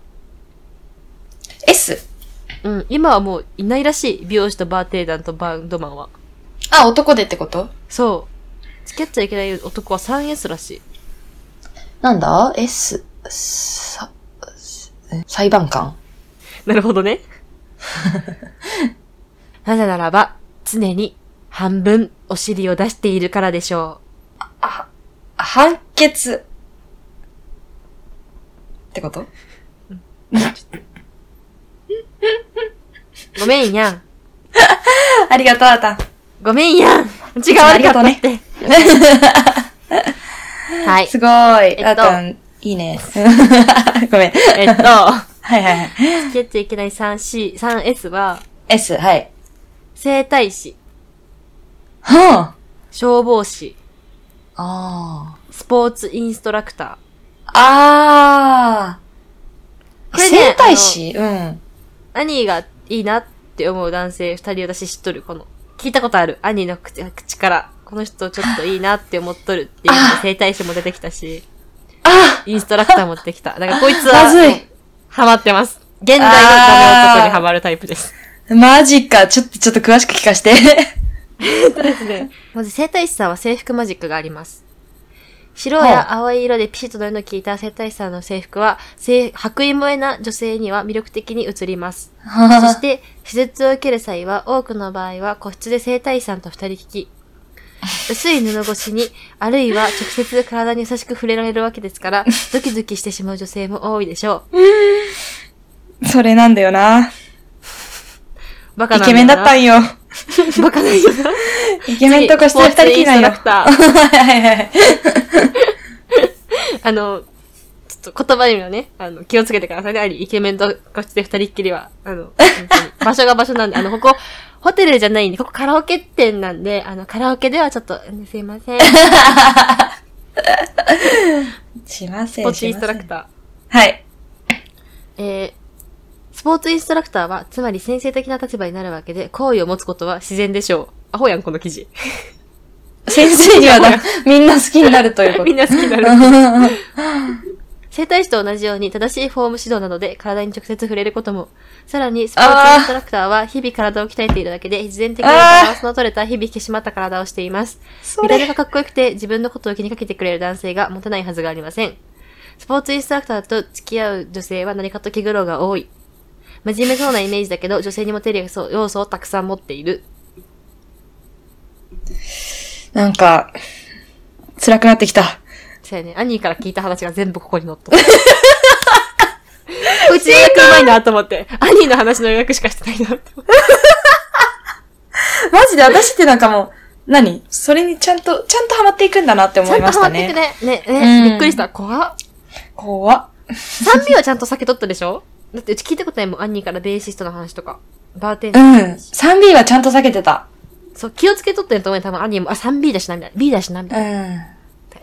Speaker 2: S。
Speaker 1: うん、今はもういないらしい。美容師とバーテーダンとバンドマンは。
Speaker 2: あ、男でってこと
Speaker 1: そう。付き合っちゃいけない男は 3S らしい。
Speaker 2: なんだ ?S、さ、え裁判官
Speaker 1: なるほどね。なぜならば、常に半分お尻を出しているからでしょ
Speaker 2: 判決。ってこと
Speaker 1: う。ごめんやん。
Speaker 2: ありがとう、あたん。
Speaker 1: ごめんやん。違う
Speaker 2: あ
Speaker 1: 悪
Speaker 2: り
Speaker 1: かった
Speaker 2: がと
Speaker 1: っ
Speaker 2: うね
Speaker 1: て。 はい。
Speaker 2: すごい。
Speaker 1: えっと
Speaker 2: あたん、いいね。 ごめん。
Speaker 1: えっと、
Speaker 2: はいはいはい。
Speaker 1: 付き合っちゃいけない 3C、3S は、
Speaker 2: S、はい。
Speaker 1: 整体師、
Speaker 2: は
Speaker 1: 消防士、
Speaker 2: あ。あ
Speaker 1: スポーツインストラクタ
Speaker 2: あ。ああ。
Speaker 1: これね
Speaker 2: 生体師うん。
Speaker 1: ー。兄がいいなって思う男性2人私知っとる。この、聞いたことある。兄の口口から、この人ちょっといいなって思っとるっていうので整体師も出てきたし。
Speaker 2: あ
Speaker 1: インストラクター持ってきた。だからこいつ
Speaker 2: まず
Speaker 1: は、
Speaker 2: い。
Speaker 1: ハマってます。現代のダメ男にハマるタイプです。
Speaker 2: マジか。ちょっと、ちょっと詳しく聞かせて。
Speaker 1: まず整体師さんは制服マジックがあります。白や青い色でピシッとのりの効いた整体師さんの制服は、せい白衣萌えな女性には魅力的に映ります。 そして、 手術を受ける際は、多くの場合は個室で整体師さんと二人きり。薄い布越しに、あるいは直接体に優しく触れられるわけです から、ドキドキしてしまう女性も多いでしょう。
Speaker 2: それなんだよな。
Speaker 1: バカ
Speaker 2: イ
Speaker 1: なん
Speaker 2: ケメンだった
Speaker 1: よ
Speaker 2: んよ。
Speaker 1: な。 バカなんよな。
Speaker 2: イケメンと個室で二人きりなんよ。
Speaker 1: スポーツインストラクター
Speaker 2: はいはいはい。
Speaker 1: あの、ちょっと言葉にもね、あの、気をつけてくださいね。あり、イケメンと個室で二人っきりは、 あの、本当に場所が場所なんで、あの、ここ、ホテルじゃないんで、ここカラオケ店なんで、あの、カラオケではちょっと、うんすいま せん。
Speaker 2: しま
Speaker 1: ス
Speaker 2: せん。
Speaker 1: ポーツインストラク
Speaker 2: しま
Speaker 1: タ
Speaker 2: せん。はい。
Speaker 1: ー。えー、スポーツインストラクターは、つまり先生的な立場になるわけで、好意を持つことは自然でしょう。アホやん、この記事。
Speaker 2: 先生に はだ、みんな好きになるということ。
Speaker 1: みんな好きになる。
Speaker 2: なる。
Speaker 1: 生体師と同じように正しいフォーム指導などで体に直接触れることも、さらにスポーツインストラクターは日々体を鍛えているだけで、必然的なバランスの取れた日々引き締まった体をしています。
Speaker 2: そ
Speaker 1: 見た目
Speaker 2: れ。
Speaker 1: がかっこよくて自分のことを気にかけてくれる男性が持てないはずがありません。スポーツインストラクターと付き合う女性は何かと気苦労が多い。真面目そうなイメージだけど、女性にモテる要素要素をたくさん持っている。
Speaker 2: なんか、辛くなってきた。
Speaker 1: そうやね。アニーから聞いた話が全部ここに載っ とった。うち予約うまいなと思って。アニーの話の予約しかしてないなって思って。
Speaker 2: マジで私ってなんかもう、何それにちゃんと、ちゃんとハマっていくんだなって思いましたね。
Speaker 1: ちゃんとハマっていくね。ね、ね、
Speaker 2: うん
Speaker 1: びっくりした。怖っ。
Speaker 2: 怖っ。
Speaker 1: 賛美はちゃんと避けとったでしょだってうち聞いたことないもん。アニーからベーシストの話とか。バーテン
Speaker 2: う
Speaker 1: ダーの
Speaker 2: ん。
Speaker 1: 話
Speaker 2: 3B はちゃんと避けてた。
Speaker 1: そう、気をつけとったんやと思うよ。多分アニーも、あ、3B だしな、みたいな。B だしな、み
Speaker 2: う
Speaker 1: たい
Speaker 2: ん。
Speaker 1: な。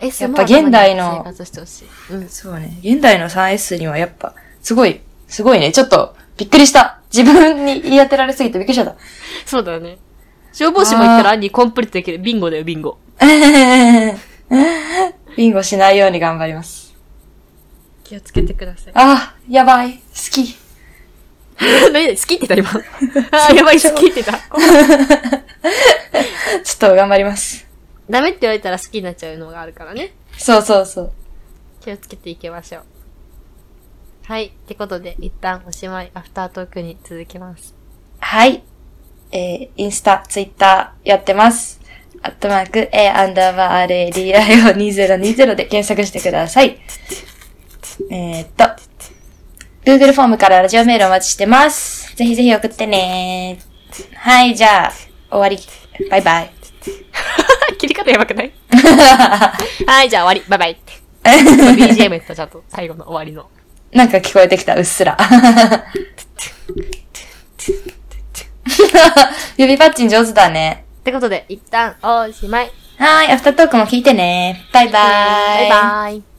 Speaker 1: S
Speaker 2: やっ
Speaker 1: も
Speaker 2: ぱ現代の
Speaker 1: 生活してほしい。うん。
Speaker 2: そうね。現代の 3S にはやっぱ、すごい、すごいね。ちょっと、びっくりした。自分に言い当てられすぎてびっくりしちゃ った。
Speaker 1: そうだよね。消防士も行ったらアニーコンプリートできる。ビンゴだよ、ビンゴ。
Speaker 2: ビンゴしないように頑張ります。
Speaker 1: 気をつけてください。
Speaker 2: あ、やばい。好き。
Speaker 1: 何好きって言 った今。あー、やばい、好きって言った。
Speaker 2: ちょっと頑張ります。
Speaker 1: ダメって言われたら好きになっちゃうのがあるからね。
Speaker 2: そうそうそう。
Speaker 1: 気をつけていきましょう。はい。ってことで、一旦おしまい、アフタートークに続きます。
Speaker 2: はい。えー、インスタ、ツイッターやってます。アットマーク、A アンダーバー RADIO2020 で検索してください。えーっと、Google フォームからラジオメールお待ちしてます。ぜひぜひ送ってねはい、じゃあ、終わり。バイバイ。
Speaker 1: 切り方やばくない はい、じゃあ終わり。バイバイって。BGM やった、ちゃんと。最後の終わりの。
Speaker 2: なんか聞こえてきた、うっすら。 指パッチン上手だね。
Speaker 1: ってことで、一旦おしまい。
Speaker 2: はーい、アフタートークも聞いてね。バイバーイ。
Speaker 1: バイバイ。